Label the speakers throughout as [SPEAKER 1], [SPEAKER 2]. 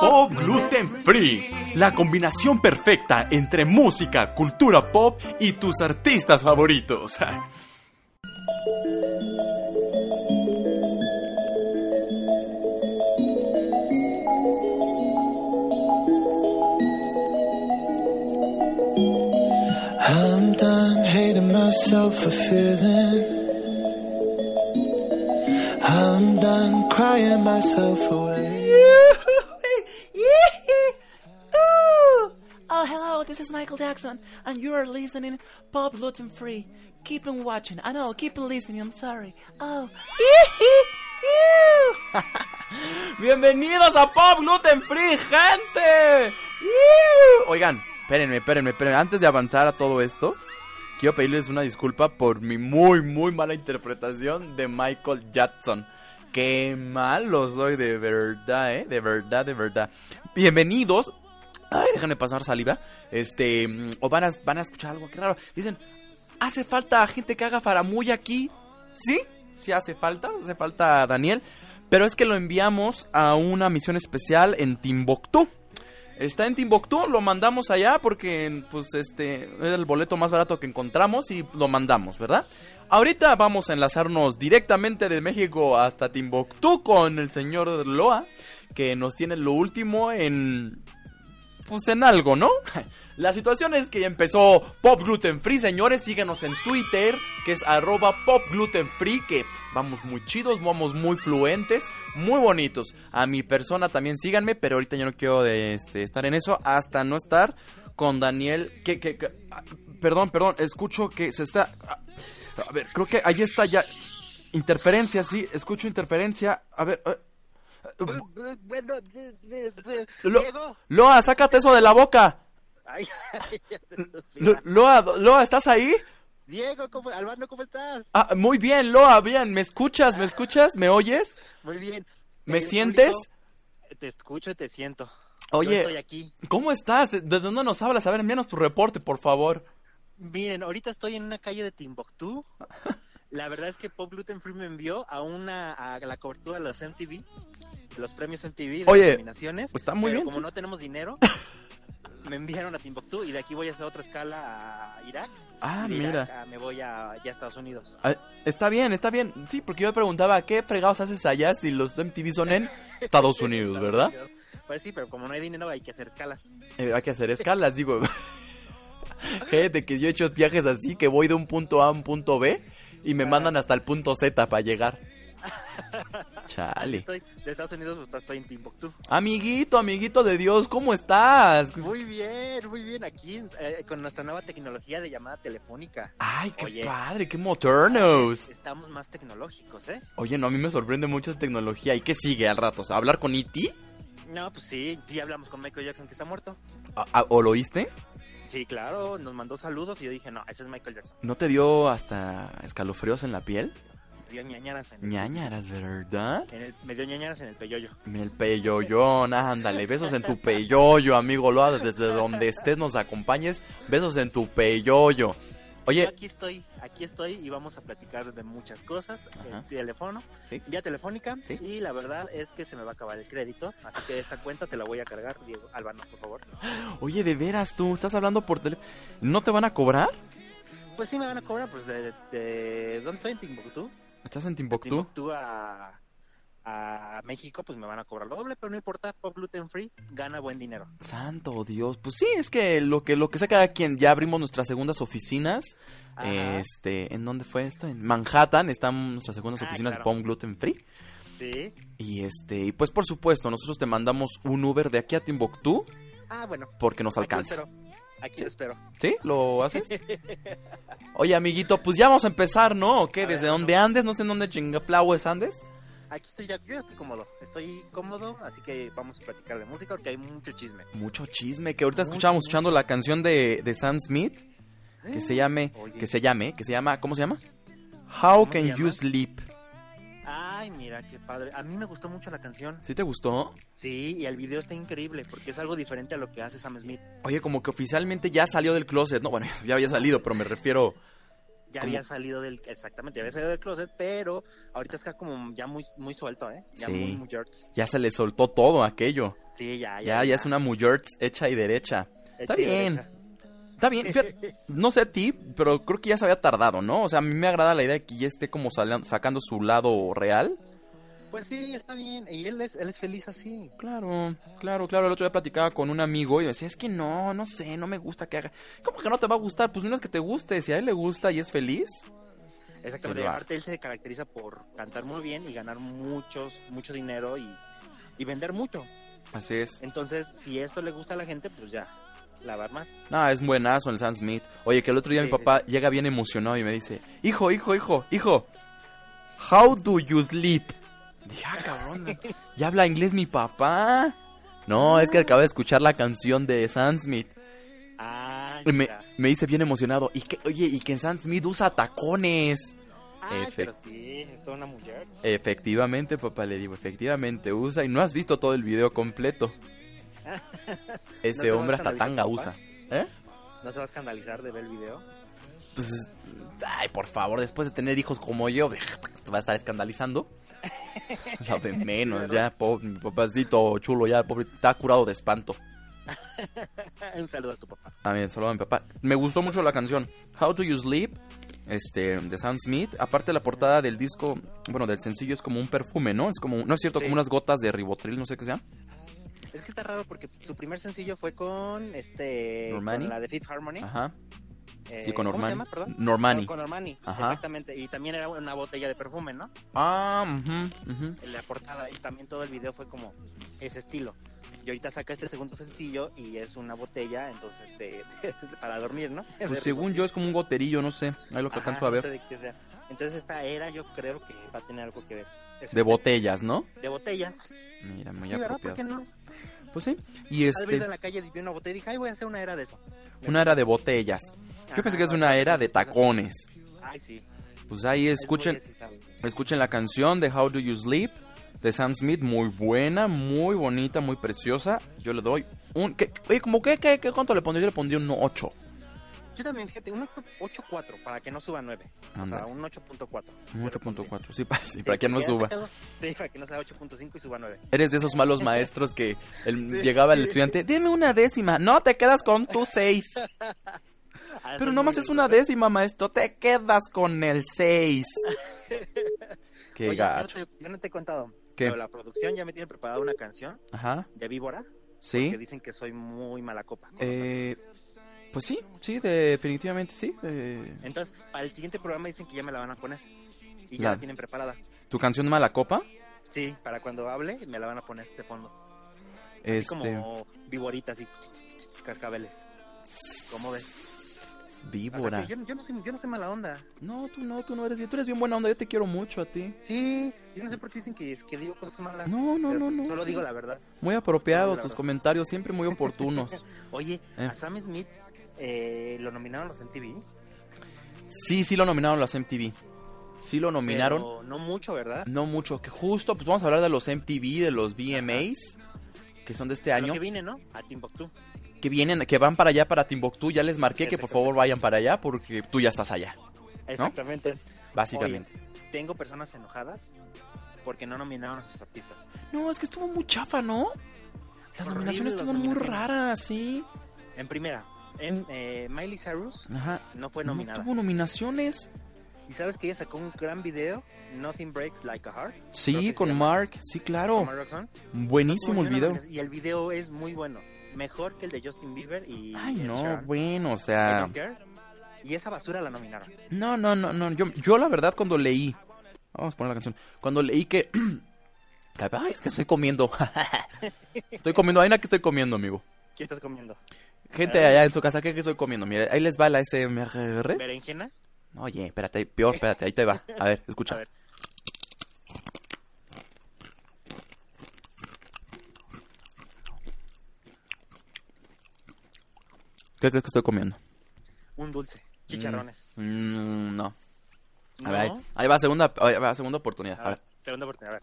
[SPEAKER 1] Pop Gluten Free. La combinación perfecta entre música, cultura pop y tus artistas favoritos.
[SPEAKER 2] I'm done hating myself for feeling. I'm done crying myself away.
[SPEAKER 3] Oh, hello, this is Michael Jackson, and you are listening Pop Gluten Free. Keep on watching. I know, keep on listening, I'm sorry. Oh.
[SPEAKER 4] Bienvenidos a Pop Gluten Free, gente. ¡Iu! Oigan, espérenme, espérenme, espérenme. Antes de avanzar a todo esto, quiero pedirles una disculpa por mi muy, muy mala interpretación de Michael Jackson. Qué malo soy, de verdad, eh. De verdad, de verdad. Bienvenidos. Ay, déjenme pasar saliva. Este, mm, o van a, van a escuchar algo, qué raro. Dicen, hace falta gente que haga faramuy aquí. Sí, sí hace falta, hace falta Daniel. Pero es que lo enviamos a una misión especial en Timbuktu. Está en Timbuktu, lo mandamos allá porque pues este era el boleto más barato que encontramos y lo mandamos, ¿verdad? Ahorita vamos a enlazarnos directamente de México hasta Timbuktu con el señor Loa, que nos tiene lo último en pues en algo, ¿no? La situación es que empezó Pop Gluten Free, señores. Síganos en Twitter, que es arroba Pop Gluten Free, que vamos muy chidos, vamos muy fluentes, muy bonitos. A mi persona también síganme, pero ahorita yo no quiero de, este, estar en eso hasta no estar con Daniel. Que, que, que- ah, perdón, perdón, escucho que se está... ah, A ver, creo que ahí está ya... Interferencia, sí, escucho interferencia. A ver... ah, ah,
[SPEAKER 5] Bueno, de- de- de-
[SPEAKER 4] Lo-
[SPEAKER 5] Diego.
[SPEAKER 4] Loa, sácate eso de la boca.
[SPEAKER 5] Ay, ay, ya te
[SPEAKER 4] Lo-
[SPEAKER 5] suspira.
[SPEAKER 4] Loa, Loa, ¿estás ahí?
[SPEAKER 5] Diego, ¿cómo, Albano, ¿cómo estás?
[SPEAKER 4] Ah, muy bien, Loa, bien, ¿me escuchas? ¿Me escuchas? ¿Me oyes?
[SPEAKER 5] Muy bien.
[SPEAKER 4] ¿Me
[SPEAKER 5] Eh,
[SPEAKER 4] sientes?
[SPEAKER 5] público, Te escucho y te siento. Yo estoy
[SPEAKER 4] Oye,
[SPEAKER 5] aquí.
[SPEAKER 4] ¿cómo estás? ¿De de dónde nos hablas? A ver, envíanos tu reporte, por favor.
[SPEAKER 5] Miren, ahorita estoy en una calle de Timbuktu. La verdad es que Pop Gluten Free me envió a una a la cobertura de los MTV, de los premios MTV, de
[SPEAKER 4] Oye,
[SPEAKER 5] las nominaciones.
[SPEAKER 4] pues está muy
[SPEAKER 5] pero
[SPEAKER 4] bien,
[SPEAKER 5] Como
[SPEAKER 4] sí.
[SPEAKER 5] no tenemos dinero, me enviaron a Timbuktu y de aquí voy a hacer otra escala a Irak.
[SPEAKER 4] Ah,
[SPEAKER 5] De Irak
[SPEAKER 4] mira.
[SPEAKER 5] a- me voy a, ya a Estados Unidos.
[SPEAKER 4] Ah, Está bien, está bien. Sí, porque yo me preguntaba, ¿qué fregados haces allá si los MTV son en Estados Unidos, verdad?
[SPEAKER 5] Pues sí, pero como no hay dinero hay que hacer escalas.
[SPEAKER 4] Eh, hay que hacer escalas, digo. Gente, que yo he hecho viajes así, que voy de un punto A a un punto B y me mandan hasta el punto Z para llegar. Chale.
[SPEAKER 5] Estoy de Estados Unidos, pues, estoy en Timbuktu.
[SPEAKER 4] Amiguito, amiguito de Dios, ¿cómo estás?
[SPEAKER 5] Muy bien, muy bien, aquí eh, con nuestra nueva tecnología de llamada telefónica.
[SPEAKER 4] Ay, qué
[SPEAKER 5] Oye.
[SPEAKER 4] padre, qué modernos.
[SPEAKER 5] Estamos más tecnológicos, ¿eh?
[SPEAKER 4] Oye, no, a mí me sorprende mucho esa tecnología. ¿Y qué sigue al rato? O sea, ¿Hablar con E E.T.?
[SPEAKER 5] No, pues sí, sí hablamos con Michael Jackson que está muerto.
[SPEAKER 4] ¿A- a- ¿O lo oíste?
[SPEAKER 5] Sí, claro, nos mandó saludos y yo dije, no, ese es Michael Jackson.
[SPEAKER 4] ¿No te dio hasta escalofríos en la piel?
[SPEAKER 5] Dio ñañaras en,
[SPEAKER 4] Ñañaras, ¿verdad?
[SPEAKER 5] en el, me dio ñañaras en el peyoyo.
[SPEAKER 4] Mira el peyoyón, ándale, besos en tu peyoyo, amigo Loa, desde donde estés nos acompañes, besos en tu peyoyo.
[SPEAKER 5] Yo
[SPEAKER 4] Oye,
[SPEAKER 5] aquí estoy, aquí estoy y vamos a platicar de muchas cosas,
[SPEAKER 4] Ajá.
[SPEAKER 5] el teléfono,
[SPEAKER 4] Sí.
[SPEAKER 5] vía telefónica
[SPEAKER 4] Sí.
[SPEAKER 5] y la verdad es que se me va a acabar el crédito, así que esta cuenta te la voy a cargar, Diego Albano, por favor.
[SPEAKER 4] oye, de veras tú, estás hablando por teléfono, ¿no te van a cobrar?
[SPEAKER 5] Pues sí me van a cobrar, pues de, de- ¿dónde estoy en Timbuktu?
[SPEAKER 4] ¿Estás en Timbuktu?
[SPEAKER 5] Timbuktu a, a México, pues me van a cobrar lo doble, pero no importa, Pop Gluten Free gana buen dinero.
[SPEAKER 4] Santo Dios, pues sí, es que lo que lo que saca cada quien, ya abrimos nuestras segundas oficinas,
[SPEAKER 5] Ajá.
[SPEAKER 4] este, ¿en dónde fue esto? En Manhattan están nuestras segundas
[SPEAKER 5] Ah,
[SPEAKER 4] oficinas
[SPEAKER 5] claro.
[SPEAKER 4] de Pom Gluten Free.
[SPEAKER 5] Sí.
[SPEAKER 4] Y este, y pues por supuesto, nosotros te mandamos un Uber de aquí a Timbuktu
[SPEAKER 5] Ah, bueno.
[SPEAKER 4] porque nos
[SPEAKER 5] aquí
[SPEAKER 4] alcanza.
[SPEAKER 5] lo espero. Aquí lo espero.
[SPEAKER 4] ¿Sí? ¿Lo haces? Oye, amiguito, pues ya vamos a empezar, ¿no? ¿O qué?
[SPEAKER 5] A ver,
[SPEAKER 4] ¿Desde
[SPEAKER 5] no.
[SPEAKER 4] dónde andes? No sé en dónde chingaflaues andes.
[SPEAKER 5] Aquí estoy ya, yo ya estoy cómodo, estoy cómodo, así que vamos a platicar de música porque hay mucho chisme.
[SPEAKER 4] Mucho chisme, que ahorita
[SPEAKER 5] Mucho,
[SPEAKER 4] escuchábamos
[SPEAKER 5] mucho.
[SPEAKER 4] escuchando la canción de, de Sam Smith. que se llame,
[SPEAKER 5] Oye.
[SPEAKER 4] que se llame, que se llama, ¿cómo se llama? How
[SPEAKER 5] se
[SPEAKER 4] Can You
[SPEAKER 5] llama?
[SPEAKER 4] Sleep.
[SPEAKER 5] Ay, mira, qué padre. A mí me gustó mucho la canción.
[SPEAKER 4] ¿Sí te gustó?
[SPEAKER 5] Sí, y el video está increíble porque es algo diferente a lo que hace Sam Smith.
[SPEAKER 4] Oye, como que oficialmente ya salió del closet, ¿no? Bueno, ya había salido, pero me refiero...
[SPEAKER 5] Ya
[SPEAKER 4] ¿Cómo?
[SPEAKER 5] había salido del... Exactamente, ya había salido del closet, pero ahorita está como ya muy, muy suelto, ¿eh? Ya
[SPEAKER 4] Sí.
[SPEAKER 5] muy, muy jerks.
[SPEAKER 4] Ya se le soltó todo aquello.
[SPEAKER 5] Sí, ya, ya.
[SPEAKER 4] Ya, ya es una Muyerts hecha y derecha.
[SPEAKER 5] Hecha
[SPEAKER 4] Está
[SPEAKER 5] y
[SPEAKER 4] bien.
[SPEAKER 5] derecha.
[SPEAKER 4] Está bien. fíjate, no sé a ti, pero creo que ya se había tardado, ¿no? O sea, a mí me agrada la idea de que ya esté como salen- sacando su lado real.
[SPEAKER 5] Pues sí, está bien. Y él es, él es feliz así.
[SPEAKER 4] Claro, claro, claro. El otro día platicaba con un amigo y me decía, es que no, no sé, no me gusta que haga. ¿Cómo que no te va a gustar? Pues no es que te guste. Si a él le gusta y es feliz.
[SPEAKER 5] Exactamente.
[SPEAKER 4] Eduardo.
[SPEAKER 5] Aparte, él se caracteriza por cantar muy bien y ganar muchos, mucho dinero y, y vender mucho.
[SPEAKER 4] Así es.
[SPEAKER 5] Entonces, si esto le gusta a la gente, pues ya, la va a armar.
[SPEAKER 4] Nada, es buenazo el Sam Smith. Oye, que el otro día mi
[SPEAKER 5] Sí, sí,
[SPEAKER 4] papá llega bien emocionado y me dice, hijo, hijo, hijo, hijo, how do you sleep? Dije, ah, cabrón, ¿ya habla inglés mi papá? No, es que acaba de escuchar la canción de Sam Smith.
[SPEAKER 5] Ah,
[SPEAKER 4] Y me,
[SPEAKER 5] mira.
[SPEAKER 4] me dice bien emocionado, y que, oye, y que Sam Smith usa tacones.
[SPEAKER 5] Ay,
[SPEAKER 4] Efe-
[SPEAKER 5] Ah, pero sí, es toda una mujer.
[SPEAKER 4] Eh. Efectivamente, papá, le digo, efectivamente usa, y no has visto todo el video completo. Ese
[SPEAKER 5] te vas
[SPEAKER 4] hombre
[SPEAKER 5] a
[SPEAKER 4] hasta tanga
[SPEAKER 5] escandalizar,
[SPEAKER 4] usa.
[SPEAKER 5] papá?
[SPEAKER 4] ¿Eh?
[SPEAKER 5] ¿No se va a escandalizar de ver el video?
[SPEAKER 4] Pues, ay, por favor, después de tener hijos como yo, te va a estar escandalizando. Lo de menos, ya, po- mi papacito chulo, ya, pobre, está curado de espanto.
[SPEAKER 5] Ah, Un saludo a tu papá.
[SPEAKER 4] A mí, solo a mi papá. Me gustó mucho la canción How Do You Sleep, este, de Sam Smith. Aparte, la portada del disco, bueno, del sencillo es como un perfume, ¿no? Es como, no es cierto,
[SPEAKER 5] Sí.
[SPEAKER 4] como unas gotas de ribotril, no sé qué sea.
[SPEAKER 5] Es que está raro porque su primer sencillo fue con este
[SPEAKER 4] Normani.
[SPEAKER 5] con la de Fifth Harmony.
[SPEAKER 4] Ajá,
[SPEAKER 5] Eh,
[SPEAKER 4] sí, con
[SPEAKER 5] ¿Cómo se
[SPEAKER 4] Normani.
[SPEAKER 5] llama, perdón?
[SPEAKER 4] Normani.
[SPEAKER 5] Con, con Normani,
[SPEAKER 4] Ajá.
[SPEAKER 5] exactamente. Y también era una botella de perfume, ¿no?
[SPEAKER 4] Ah, ujú, ujú.
[SPEAKER 5] En la portada. Y también todo el video fue como ese estilo. Y ahorita saca este segundo sencillo y es una botella, entonces, de, para dormir, ¿no?
[SPEAKER 4] Pues según yo es como un goterillo, no sé. Ahí lo que
[SPEAKER 5] Ajá,
[SPEAKER 4] alcanzo a
[SPEAKER 5] no
[SPEAKER 4] ver.
[SPEAKER 5] sé de qué sea. Entonces esta era yo creo que va a tener algo que ver. Es-
[SPEAKER 4] De botellas, ¿no?
[SPEAKER 5] De botellas.
[SPEAKER 4] Mira, muy
[SPEAKER 5] Sí, ¿verdad? ¿Por
[SPEAKER 4] apropiado.
[SPEAKER 5] qué no?
[SPEAKER 4] Pues sí. Y
[SPEAKER 5] Al venir
[SPEAKER 4] este,
[SPEAKER 5] en la calle y vi una botella y dije, ay, voy a hacer una era de eso.
[SPEAKER 4] una era de botellas. Yo
[SPEAKER 5] Ajá,
[SPEAKER 4] pensé que es
[SPEAKER 5] no,
[SPEAKER 4] una
[SPEAKER 5] no,
[SPEAKER 4] era
[SPEAKER 5] no,
[SPEAKER 4] de
[SPEAKER 5] no, no, no.
[SPEAKER 4] tacones.
[SPEAKER 5] Ay, sí.
[SPEAKER 4] Pues ahí escuchen,
[SPEAKER 5] Es muy deseable.
[SPEAKER 4] escuchen la canción de How Do You Sleep de Sam Smith, muy buena, muy bonita, muy preciosa. Yo le doy un ¿qué, oye, como que, que- que cuánto le pondría? Yo le pondría un 8.
[SPEAKER 5] Yo también, fíjate, un 8.4 para que no suba 9. O sea,
[SPEAKER 4] Ándale.
[SPEAKER 5] un 8.4.
[SPEAKER 4] Un 8.4, sí, para, sí,
[SPEAKER 5] Ah, Sí,
[SPEAKER 4] para que no
[SPEAKER 5] porque ya
[SPEAKER 4] suba.
[SPEAKER 5] sacado- Sí, para que no sea 8.5 y suba 9.
[SPEAKER 4] Eres de esos malos maestros que el-
[SPEAKER 5] Sí.
[SPEAKER 4] llegaba el estudiante, deme una décima, no te quedas con tu 6.
[SPEAKER 5] Ah,
[SPEAKER 4] Pero nomás es una décima, maestro. Te quedas con el 6. Qué gacho.
[SPEAKER 5] Yo no, te, yo no te he contado.
[SPEAKER 4] ¿Qué?
[SPEAKER 5] Pero la producción ya me tiene preparada una canción
[SPEAKER 4] Ajá.
[SPEAKER 5] de Víbora. Que
[SPEAKER 4] Sí.
[SPEAKER 5] dicen que soy muy mala copa. con los
[SPEAKER 4] Eh,
[SPEAKER 5] artistas.
[SPEAKER 4] pues sí, sí, definitivamente sí. eh.
[SPEAKER 5] Entonces, para el siguiente programa dicen que ya me la van a poner. Y ya
[SPEAKER 4] La-
[SPEAKER 5] la tienen preparada.
[SPEAKER 4] ¿Tu canción Mala Copa?
[SPEAKER 5] Sí, para cuando hable me la van a poner de fondo. Así
[SPEAKER 4] Este.
[SPEAKER 5] como viboritas y cascabeles. ¿Cómo ves? O sea,
[SPEAKER 4] Víbora.
[SPEAKER 5] que yo, yo no soy, yo no soy mala onda.
[SPEAKER 4] No, tú no, tú no eres bien. Tú eres bien buena onda. Yo te quiero mucho a ti.
[SPEAKER 5] Sí, yo no sé por qué dicen que, que digo cosas malas.
[SPEAKER 4] No, no,
[SPEAKER 5] pero
[SPEAKER 4] no,
[SPEAKER 5] pues
[SPEAKER 4] no,
[SPEAKER 5] Solo
[SPEAKER 4] tú-
[SPEAKER 5] digo la verdad.
[SPEAKER 4] Muy
[SPEAKER 5] No,
[SPEAKER 4] apropiado
[SPEAKER 5] la
[SPEAKER 4] tus
[SPEAKER 5] verdad.
[SPEAKER 4] comentarios, siempre muy oportunos.
[SPEAKER 5] Oye,
[SPEAKER 4] Eh.
[SPEAKER 5] a Sam Smith eh, lo nominaron los MTV.
[SPEAKER 4] Sí, sí lo nominaron los MTV. Sí lo nominaron.
[SPEAKER 5] pero no mucho, ¿verdad?
[SPEAKER 4] No mucho. Que justo, pues vamos a hablar de los MTV, de los VMAs. Que son de este
[SPEAKER 5] Lo
[SPEAKER 4] año.
[SPEAKER 5] que vine, ¿no? A Timbuktu.
[SPEAKER 4] que vienen, que van para allá, para Timbuktu, ya les marqué que por
[SPEAKER 5] Exactamente.
[SPEAKER 4] favor vayan para allá porque tú ya estás allá,
[SPEAKER 5] Exactamente.
[SPEAKER 4] básicamente.
[SPEAKER 5] Tengo personas enojadas porque no nominaron a sus artistas.
[SPEAKER 4] No, es que estuvo muy chafa, ¿no? Las
[SPEAKER 5] Horrible
[SPEAKER 4] nominaciones
[SPEAKER 5] las
[SPEAKER 4] estuvieron muy
[SPEAKER 5] nominaciones.
[SPEAKER 4] raras, sí.
[SPEAKER 5] En primera, en, eh, Miley Cyrus
[SPEAKER 4] Ajá.
[SPEAKER 5] no fue
[SPEAKER 4] No
[SPEAKER 5] nominada.
[SPEAKER 4] tuvo nominaciones.
[SPEAKER 5] Y sabes que ella sacó un gran video, Nothing Breaks Like a Heart. creo que
[SPEAKER 4] Sí,
[SPEAKER 5] se
[SPEAKER 4] con
[SPEAKER 5] llama,
[SPEAKER 4] Mark, sí,
[SPEAKER 5] con
[SPEAKER 4] claro.
[SPEAKER 5] Mark Ronson.
[SPEAKER 4] Buenísimo el
[SPEAKER 5] Tuvo
[SPEAKER 4] video.
[SPEAKER 5] una nominación- Y el video es muy bueno. Mejor que el de Justin Bieber y.
[SPEAKER 4] Ay,
[SPEAKER 5] Ed
[SPEAKER 4] no, Ah.
[SPEAKER 5] Sheeran.
[SPEAKER 4] bueno, o
[SPEAKER 5] I
[SPEAKER 4] sea.
[SPEAKER 5] Don't Care. Y esa basura la nominaron.
[SPEAKER 4] No, no, no, no. Yo, yo la verdad cuando leí. Vamos a poner la canción. Cuando leí que. que, Ay, es que estoy comiendo. estoy comiendo. Hay una que estoy comiendo, amigo.
[SPEAKER 5] ¿Qué estás comiendo?
[SPEAKER 4] Gente allá en su casa, ¿qué, qué estoy comiendo? Mira, ahí les va la SMR.
[SPEAKER 5] ¿Berenjena?
[SPEAKER 4] Oye, espérate, peor, espérate, ahí te va. A ver, escucha.
[SPEAKER 5] A ver.
[SPEAKER 4] ¿Qué crees que estoy comiendo?
[SPEAKER 5] Un dulce. Chicharrones.
[SPEAKER 4] Mm, no. A
[SPEAKER 5] No.
[SPEAKER 4] ver, ahí, ahí va segunda, ahí va segunda oportunidad.
[SPEAKER 5] A
[SPEAKER 4] A ver.
[SPEAKER 5] ver, segunda oportunidad. A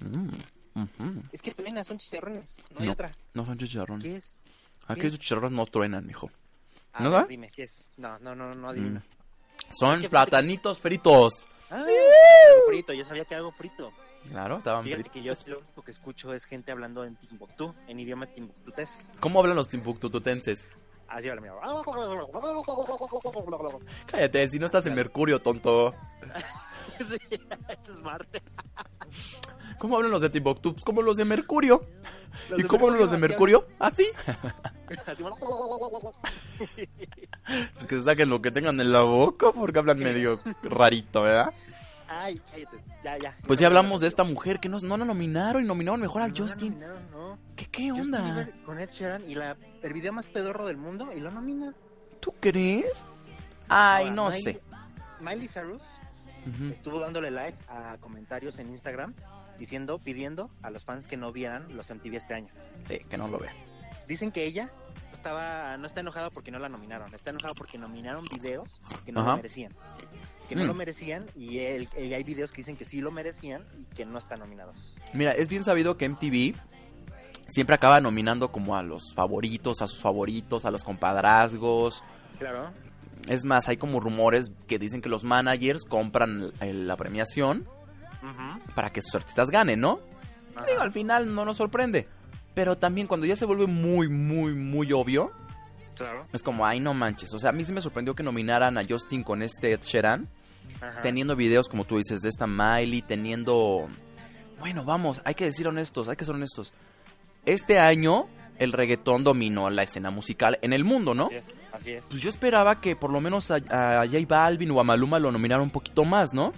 [SPEAKER 5] ver.
[SPEAKER 4] Ujú.
[SPEAKER 5] Es que truenas, son chicharrones. No, hay
[SPEAKER 4] No.
[SPEAKER 5] otra.
[SPEAKER 4] No son chicharrones.
[SPEAKER 5] ¿Qué es?
[SPEAKER 4] Aquí esos chicharrones no truenan, mijo.
[SPEAKER 5] A
[SPEAKER 4] ¿No
[SPEAKER 5] ver,
[SPEAKER 4] va?
[SPEAKER 5] Dime, ¿qué es? No, no, no, no
[SPEAKER 4] Mm.
[SPEAKER 5] adivino.
[SPEAKER 4] Son
[SPEAKER 5] que-
[SPEAKER 4] platanitos fritos.
[SPEAKER 5] Ah, algo frito. Yo sabía que algo frito.
[SPEAKER 4] Claro, estaban
[SPEAKER 5] Fíjate
[SPEAKER 4] fritos.
[SPEAKER 5] que yo lo único que escucho es gente hablando en Timbuktu, en idioma timbuktutés.
[SPEAKER 4] ¿Cómo hablan los timbuktutenses?
[SPEAKER 5] Así habla, mira.
[SPEAKER 4] Cállate, si no estás en Mercurio, tonto.
[SPEAKER 5] Sí, eso es Marte.
[SPEAKER 4] ¿Cómo hablan los de Timbuktu? Pues como los de Mercurio.
[SPEAKER 5] Los
[SPEAKER 4] ¿Y
[SPEAKER 5] de
[SPEAKER 4] cómo hablan los de
[SPEAKER 5] Mercurio,
[SPEAKER 4] Mercurio? ¿Ah, ¿Así?
[SPEAKER 5] Así,
[SPEAKER 4] Pues que se saquen lo que tengan en la boca porque hablan medio rarito, ¿verdad?
[SPEAKER 5] Ay, cállate. Ya, ya.
[SPEAKER 4] Pues sí hablamos de esta mujer que no, no la nominaron y nominaron mejor al
[SPEAKER 5] No,
[SPEAKER 4] Justin.
[SPEAKER 5] No, no, no.
[SPEAKER 4] ¿Qué, qué
[SPEAKER 5] Justin
[SPEAKER 4] onda?
[SPEAKER 5] Bieber con Ed Sheeran y la, el video más pedorro del mundo y lo nomina.
[SPEAKER 4] ¿Tú crees? Ay,
[SPEAKER 5] Ahora,
[SPEAKER 4] no
[SPEAKER 5] Miley-
[SPEAKER 4] sé. Mm.
[SPEAKER 5] Miley Cyrus
[SPEAKER 4] Ujú.
[SPEAKER 5] estuvo dándole likes a comentarios en Instagram diciendo, pidiendo a los fans que no vieran los MTV este año.
[SPEAKER 4] Sí, que no lo vean.
[SPEAKER 5] Dicen que ella estaba no está enojada porque no la nominaron, está enojada porque nominaron videos que no
[SPEAKER 4] Ajá.
[SPEAKER 5] lo merecían. Que no
[SPEAKER 4] Mm.
[SPEAKER 5] lo merecían y, el- y hay videos que dicen que sí lo merecían y que no están nominados.
[SPEAKER 4] Mira, es bien sabido que MTV siempre acaba nominando como a los favoritos, a sus favoritos, a los compadrazgos.
[SPEAKER 5] Claro.
[SPEAKER 4] Es más, hay como rumores que dicen que los managers compran el- la premiación
[SPEAKER 5] Ujú.
[SPEAKER 4] para que sus artistas ganen, ¿no?
[SPEAKER 5] Ajá.
[SPEAKER 4] Digo, al final no nos sorprende. Pero también cuando ya se vuelve muy, muy, muy obvio,
[SPEAKER 5] Claro.
[SPEAKER 4] es como, ay, no manches. O sea, a mí sí me sorprendió que nominaran a Justin con este Ed Sheeran,
[SPEAKER 5] Ajá.
[SPEAKER 4] teniendo videos, como tú dices, de esta Miley, teniendo... Bueno, vamos, hay que decir honestos, hay que ser honestos. Este año el reggaetón dominó la escena musical en el mundo, ¿no?
[SPEAKER 5] Así es. Así es.
[SPEAKER 4] Pues yo esperaba que por lo menos a, a J Balvin o a Maluma lo nominaran un poquito más, ¿no?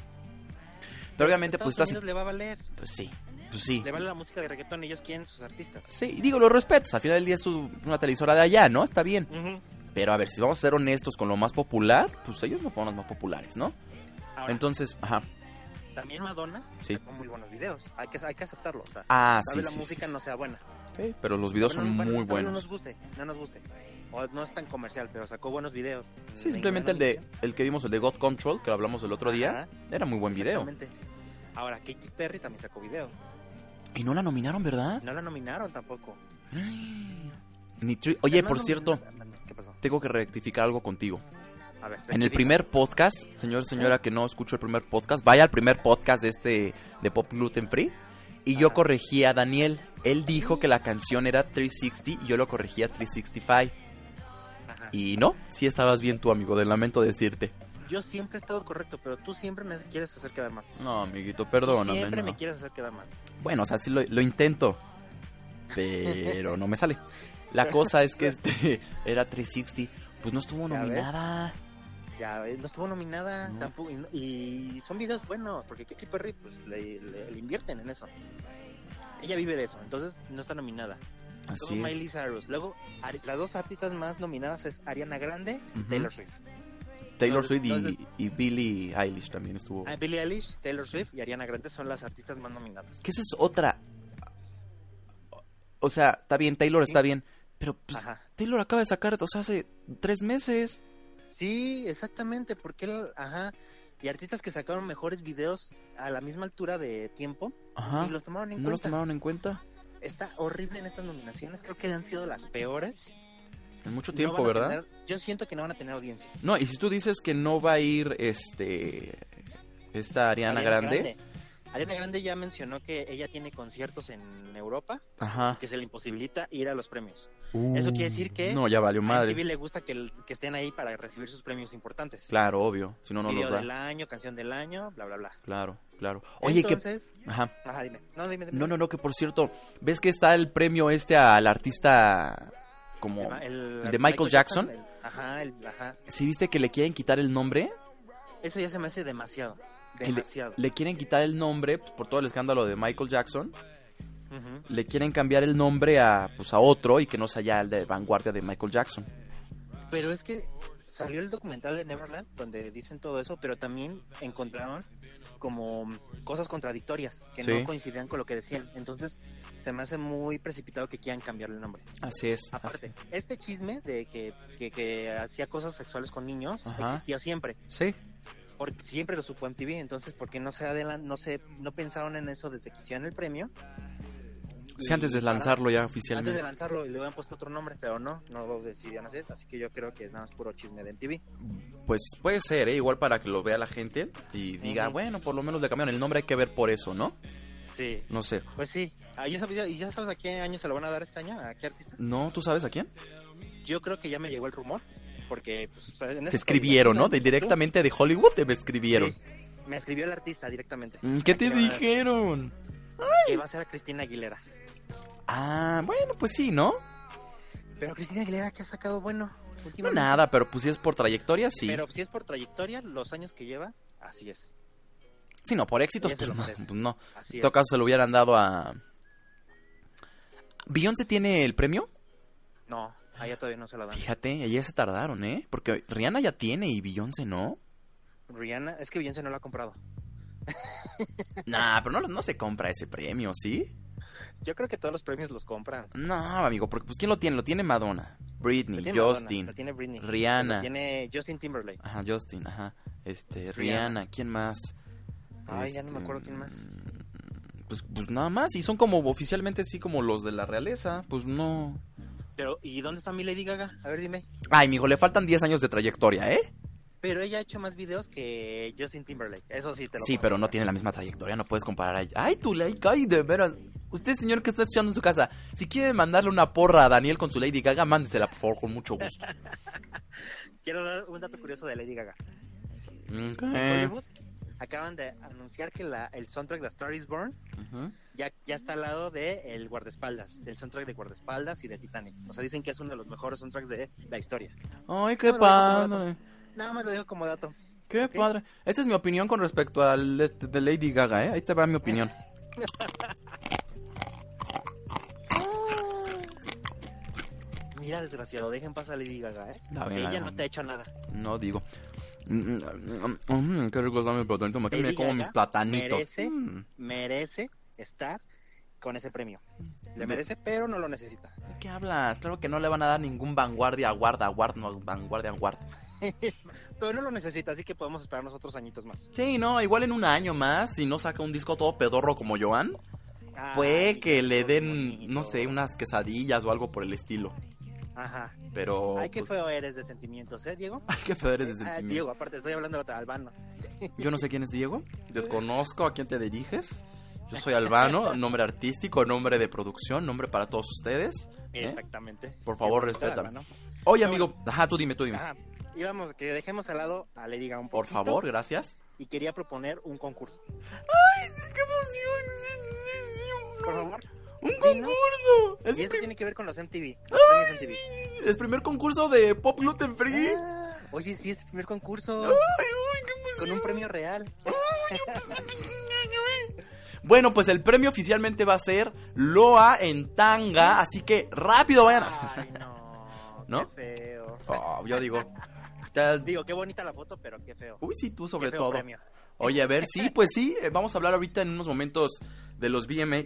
[SPEAKER 4] Pero obviamente,
[SPEAKER 5] Estados
[SPEAKER 4] pues estás...
[SPEAKER 5] Unidos le va a valer.
[SPEAKER 4] Pues sí, pues sí.
[SPEAKER 5] Le vale la música de reggaetón, ellos quieren sus artistas.
[SPEAKER 4] Sí, digo, lo respeto. Al final del día es su- una televisora de allá, ¿no? Está bien.
[SPEAKER 5] Ujú.
[SPEAKER 4] Pero a ver, si vamos a ser honestos con lo más popular, pues ellos no fueron los más populares, ¿no?
[SPEAKER 5] Ahora,
[SPEAKER 4] Entonces, ajá.
[SPEAKER 5] también Madonna
[SPEAKER 4] Sí.
[SPEAKER 5] sacó muy buenos videos. Hay que, hay que aceptarlo. O sea,
[SPEAKER 4] Ah,
[SPEAKER 5] tal
[SPEAKER 4] sí,
[SPEAKER 5] vez la
[SPEAKER 4] sí,
[SPEAKER 5] música
[SPEAKER 4] sí,
[SPEAKER 5] no sea buena.
[SPEAKER 4] sí. Sí, Pero los videos
[SPEAKER 5] Bueno,
[SPEAKER 4] son
[SPEAKER 5] no- bueno,
[SPEAKER 4] muy
[SPEAKER 5] tal vez No
[SPEAKER 4] buenos.
[SPEAKER 5] nos guste, no nos guste. O no es tan comercial, pero sacó buenos videos.
[SPEAKER 4] Sí, simplemente el de el que vimos, el de God Control, que lo hablamos el otro día,
[SPEAKER 5] Ajá.
[SPEAKER 4] era muy buen video.
[SPEAKER 5] Ahora, Katy Perry también sacó video.
[SPEAKER 4] Y no la nominaron, ¿verdad?
[SPEAKER 5] No la nominaron tampoco.
[SPEAKER 4] Ni tri- Oye,
[SPEAKER 5] Además,
[SPEAKER 4] por
[SPEAKER 5] no-
[SPEAKER 4] cierto,
[SPEAKER 5] ¿Qué pasó?
[SPEAKER 4] tengo que rectificar algo contigo.
[SPEAKER 5] A ver.
[SPEAKER 4] En el
[SPEAKER 5] rectifica.
[SPEAKER 4] primer podcast, señor, señora que no escuchó el primer podcast, vaya al primer podcast de este de Pop Gluten Free y yo
[SPEAKER 5] Ajá.
[SPEAKER 4] corregí a Daniel. Él dijo que la canción era 360 y yo lo corregí a 365.
[SPEAKER 5] Ajá.
[SPEAKER 4] Y no, sí estabas bien tú, amigo, de lamento decirte.
[SPEAKER 5] Yo siempre he estado correcto, pero tú siempre me quieres hacer quedar mal. Tú
[SPEAKER 4] No, amiguito, perdóname.
[SPEAKER 5] Siempre
[SPEAKER 4] no.
[SPEAKER 5] me quieres hacer quedar mal.
[SPEAKER 4] Bueno, o sea, sí lo, lo intento, pero no me sale. La cosa es que este era 360, pues no estuvo
[SPEAKER 5] Ya ves.
[SPEAKER 4] nominada.
[SPEAKER 5] Ya, ves, no estuvo nominada
[SPEAKER 4] No.
[SPEAKER 5] tampoco. Y, no- y son videos buenos, porque Katy Perry, pues le, le- le invierten en eso. Ella vive de eso, entonces no está nominada.
[SPEAKER 4] Así
[SPEAKER 5] luego
[SPEAKER 4] es.
[SPEAKER 5] Miley Cyrus. Luego, Ari- las dos artistas más nominadas es Ariana Grande
[SPEAKER 4] Ujú.
[SPEAKER 5] Taylor Swift.
[SPEAKER 4] Taylor
[SPEAKER 5] Entonces-
[SPEAKER 4] Swift y,
[SPEAKER 5] entonces-
[SPEAKER 4] y Billie Eilish también estuvo.
[SPEAKER 5] Ah, Billie Eilish, Taylor Swift y Ariana Grande son las artistas más nominadas.
[SPEAKER 4] Que esa es otra. O sea, está bien, Taylor está bien. Pero pues,
[SPEAKER 5] Ajá.
[SPEAKER 4] Taylor acaba de sacar, o sea, hace tres meses.
[SPEAKER 5] Sí, exactamente, porque él, ajá. Y artistas que sacaron mejores videos a la misma altura de tiempo
[SPEAKER 4] Ajá.
[SPEAKER 5] y los tomaron en
[SPEAKER 4] ¿No los
[SPEAKER 5] cuenta.
[SPEAKER 4] tomaron en cuenta?
[SPEAKER 5] Está horrible en estas nominaciones, creo que han sido las peores.
[SPEAKER 4] En mucho
[SPEAKER 5] No
[SPEAKER 4] tiempo,
[SPEAKER 5] van a
[SPEAKER 4] ¿verdad?
[SPEAKER 5] tener- yo siento que no van a tener audiencia.
[SPEAKER 4] No, y si tú dices que no va a ir este. Esta Ariana, Grande.
[SPEAKER 5] Ariana Grande ya mencionó que ella tiene conciertos en Europa
[SPEAKER 4] Ajá.
[SPEAKER 5] que se le imposibilita ir a los premios. Eso quiere decir que
[SPEAKER 4] No, ya valió
[SPEAKER 5] A MTV
[SPEAKER 4] madre.
[SPEAKER 5] le gusta que, el- que estén ahí para recibir sus premios importantes.
[SPEAKER 4] Claro, obvio. Si no, no
[SPEAKER 5] Video
[SPEAKER 4] los da.
[SPEAKER 5] del año, canción del año, bla, bla, bla.
[SPEAKER 4] Claro, claro. Oye,
[SPEAKER 5] Entonces,
[SPEAKER 4] que. Ajá.
[SPEAKER 5] Ajá, dime. No, dime, dime.
[SPEAKER 4] No, no, no, que por cierto, ¿ves que está el premio este al artista como...
[SPEAKER 5] El-
[SPEAKER 4] ¿De Michael Jackson?
[SPEAKER 5] el- ajá, el- ajá.
[SPEAKER 4] ¿Sí viste que le quieren quitar el nombre?
[SPEAKER 5] Eso ya se me hace demasiado.
[SPEAKER 4] El-
[SPEAKER 5] Demasiado.
[SPEAKER 4] Le quieren quitar el nombre pues, por todo el escándalo de Michael Jackson.
[SPEAKER 5] Ujú.
[SPEAKER 4] Le quieren cambiar el nombre a, pues, a otro y que no sea ya el de vanguardia de Michael Jackson.
[SPEAKER 5] Pero es que, o sea, salió el documental de Neverland donde dicen todo eso, pero también encontraron como cosas contradictorias que
[SPEAKER 4] Sí.
[SPEAKER 5] no coincidían con lo que decían. Entonces, se me hace muy precipitado que quieran cambiarle el nombre.
[SPEAKER 4] Así es.
[SPEAKER 5] Aparte, este chisme de que, que, que hacía cosas sexuales con niños
[SPEAKER 4] Ajá.
[SPEAKER 5] existió siempre,
[SPEAKER 4] Sí,
[SPEAKER 5] porque siempre lo supo MTV, entonces porque no se adelan, no se, no pensaron en eso desde que hicieron el premio.
[SPEAKER 4] sí, antes de
[SPEAKER 5] Y para-
[SPEAKER 4] lanzarlo ya
[SPEAKER 5] Antes de
[SPEAKER 4] oficialmente.
[SPEAKER 5] lanzarlo y le habían puesto otro nombre, pero no, no lo decidían hacer, así que yo creo que es nada más puro chisme de MTV.
[SPEAKER 4] Pues puede ser, ¿eh? Igual para que lo vea la gente y diga,
[SPEAKER 5] Ujú.
[SPEAKER 4] bueno, por lo menos le cambiaron el nombre, hay que ver por eso, ¿no?
[SPEAKER 5] Sí.
[SPEAKER 4] No sé.
[SPEAKER 5] Pues sí, ah, ya sabes, ¿y ya sabes a qué año se lo van a dar este año? ¿A qué artista?
[SPEAKER 4] No, ¿tú sabes a quién?
[SPEAKER 5] Yo creo que ya me llegó el rumor, porque... Pues, o sea, en
[SPEAKER 4] Te
[SPEAKER 5] ese-
[SPEAKER 4] escribieron, ¿no? De- directamente de Hollywood te escribieron.
[SPEAKER 5] Sí, me escribió el artista directamente,
[SPEAKER 4] Mm, ¿Qué te
[SPEAKER 5] Qué barbaridad.
[SPEAKER 4] dijeron?
[SPEAKER 5] que va a ser a Cristina Aguilera.
[SPEAKER 4] Ah, bueno, pues sí, ¿no?
[SPEAKER 5] Pero Cristina Aguilera, ¿qué ha sacado bueno?
[SPEAKER 4] No
[SPEAKER 5] últimamente?
[SPEAKER 4] nada, pero pues si es por trayectoria, sí.
[SPEAKER 5] Pero si es por trayectoria, los años que lleva, así es.
[SPEAKER 4] Sí, no, por éxitos,
[SPEAKER 5] Ella se
[SPEAKER 4] pues
[SPEAKER 5] lo
[SPEAKER 4] no,
[SPEAKER 5] merece.
[SPEAKER 4] pues no.
[SPEAKER 5] Así
[SPEAKER 4] En
[SPEAKER 5] es.
[SPEAKER 4] todo caso se lo hubieran dado a... ¿Beyoncé tiene el premio?
[SPEAKER 5] No, allá todavía no se lo dan.
[SPEAKER 4] Fíjate, ellas se tardaron, ¿eh? Porque Rihanna ya tiene y Beyoncé no.
[SPEAKER 5] Rihanna, es que Beyoncé no lo ha comprado.
[SPEAKER 4] Nah, pero no, no se compra ese premio, ¿sí?
[SPEAKER 5] Yo creo que todos los premios los compran.
[SPEAKER 4] No, amigo, porque pues ¿quién lo tiene? Lo tiene Madonna, Britney,
[SPEAKER 5] Lo tiene Madonna,
[SPEAKER 4] Justin.
[SPEAKER 5] lo tiene Britney.
[SPEAKER 4] Rihanna.
[SPEAKER 5] Lo tiene Justin Timberlake.
[SPEAKER 4] Ajá, Justin, ajá. Este, Rihanna,
[SPEAKER 5] Rihanna.
[SPEAKER 4] ¿quién más?
[SPEAKER 5] Ay, ya no me
[SPEAKER 4] Este,
[SPEAKER 5] acuerdo quién más.
[SPEAKER 4] Pues, pues nada más, y son como oficialmente sí como los de la realeza, pues no.
[SPEAKER 5] Pero, ¿y dónde está mi Lady Gaga? A ver, dime.
[SPEAKER 4] Ay, mijo, le faltan 10 años de trayectoria, ¿eh?
[SPEAKER 5] Pero ella ha hecho más videos que Justin Timberlake. Eso sí te lo
[SPEAKER 4] Sí,
[SPEAKER 5] puedo
[SPEAKER 4] pero no
[SPEAKER 5] asegurar.
[SPEAKER 4] tiene la misma trayectoria, no puedes comparar a... Ay, tu Lady ay, de veras. Usted, señor, que está escuchando en su casa, si quiere mandarle una porra a Daniel con su Lady Gaga, mándesela, por favor, con mucho gusto.
[SPEAKER 5] Quiero dar un dato curioso de Lady Gaga.
[SPEAKER 4] Mm, Ok.
[SPEAKER 5] Hollywood acaban de anunciar que la, el soundtrack de A Star is Born
[SPEAKER 4] Ujú.
[SPEAKER 5] ya, ya está al lado de el guardaespaldas, del soundtrack de guardaespaldas y de Titanic. O sea, dicen que es uno de los mejores soundtracks de la historia.
[SPEAKER 4] Ay, qué
[SPEAKER 5] No, no, no, no, no.
[SPEAKER 4] padre.
[SPEAKER 5] Nada más lo dejo como dato.
[SPEAKER 4] Qué
[SPEAKER 5] Ok.
[SPEAKER 4] padre. Esta es mi opinión con respecto al de, de Lady Gaga, ¿eh? Ahí te va mi opinión.
[SPEAKER 5] Mira, desgraciado, dejen pasar a Lady Gaga, ¿eh?
[SPEAKER 4] Está bien,
[SPEAKER 5] Ella
[SPEAKER 4] la-
[SPEAKER 5] no te ha hecho nada.
[SPEAKER 4] No digo. Mm, mm, mm, qué rico está mi platanito. Me
[SPEAKER 5] Lady
[SPEAKER 4] me como
[SPEAKER 5] Gaga
[SPEAKER 4] mis platanitos.
[SPEAKER 5] merece-
[SPEAKER 4] Mm.
[SPEAKER 5] Merece estar con ese premio. Le merece, pero no lo necesita.
[SPEAKER 4] ¿De qué hablas? Claro que no le van a dar ningún vanguardia, guarda, guarda, no, vanguardia, guarda.
[SPEAKER 5] Pero no lo necesita, así que podemos esperarnos otros añitos más.
[SPEAKER 4] Sí, no, igual en un año más, si no saca un disco todo pedorro como Joan, puede
[SPEAKER 5] Ah, Ay,
[SPEAKER 4] que le
[SPEAKER 5] qué bonito.
[SPEAKER 4] den, no sé, unas quesadillas o algo por el estilo.
[SPEAKER 5] Ajá.
[SPEAKER 4] Pero.
[SPEAKER 5] Ay, qué
[SPEAKER 4] pues,
[SPEAKER 5] feo eres de sentimientos, ¿eh, Diego?
[SPEAKER 4] ay, qué feo eres de
[SPEAKER 5] Ah,
[SPEAKER 4] sentimiento.
[SPEAKER 5] Diego, aparte, estoy hablando de albano.
[SPEAKER 4] Yo no sé quién es Diego, desconozco a quién te diriges. Yo soy Albano, nombre artístico, nombre de producción, nombre para todos ustedes. ¿eh?
[SPEAKER 5] Exactamente.
[SPEAKER 4] Por favor,
[SPEAKER 5] Albano,
[SPEAKER 4] respétame.
[SPEAKER 5] ¿no?
[SPEAKER 4] Oye,
[SPEAKER 5] Pero
[SPEAKER 4] amigo, ajá, tú dime, tú dime.
[SPEAKER 5] Ajá. Y vamos, que dejemos al lado a Lady Gaga un
[SPEAKER 4] Por
[SPEAKER 5] poquito,
[SPEAKER 4] favor, gracias.
[SPEAKER 5] Y quería proponer un concurso. Por favor.
[SPEAKER 4] ¡Un
[SPEAKER 5] Dinos.
[SPEAKER 4] concurso! Es,
[SPEAKER 5] Y
[SPEAKER 4] el
[SPEAKER 5] eso
[SPEAKER 4] prim-
[SPEAKER 5] tiene que ver con los MTV. los premios MTV.
[SPEAKER 4] es primer concurso de pop gluten free.
[SPEAKER 5] Ah, oye, sí, es el primer concurso. Con un premio real.
[SPEAKER 4] Bueno, pues el premio oficialmente va a ser Loa en tanga, así que rápido vayan. a-
[SPEAKER 5] Ay, no.
[SPEAKER 4] ¿No?
[SPEAKER 5] Qué feo.
[SPEAKER 4] Oh, yo digo. te-
[SPEAKER 5] Digo, qué bonita la foto, pero qué feo.
[SPEAKER 4] Uy, sí, tú
[SPEAKER 5] Qué
[SPEAKER 4] sobre
[SPEAKER 5] feo
[SPEAKER 4] todo.
[SPEAKER 5] premio.
[SPEAKER 4] Oye, a ver, sí, pues sí, eh, vamos a hablar ahorita en unos momentos de los VMA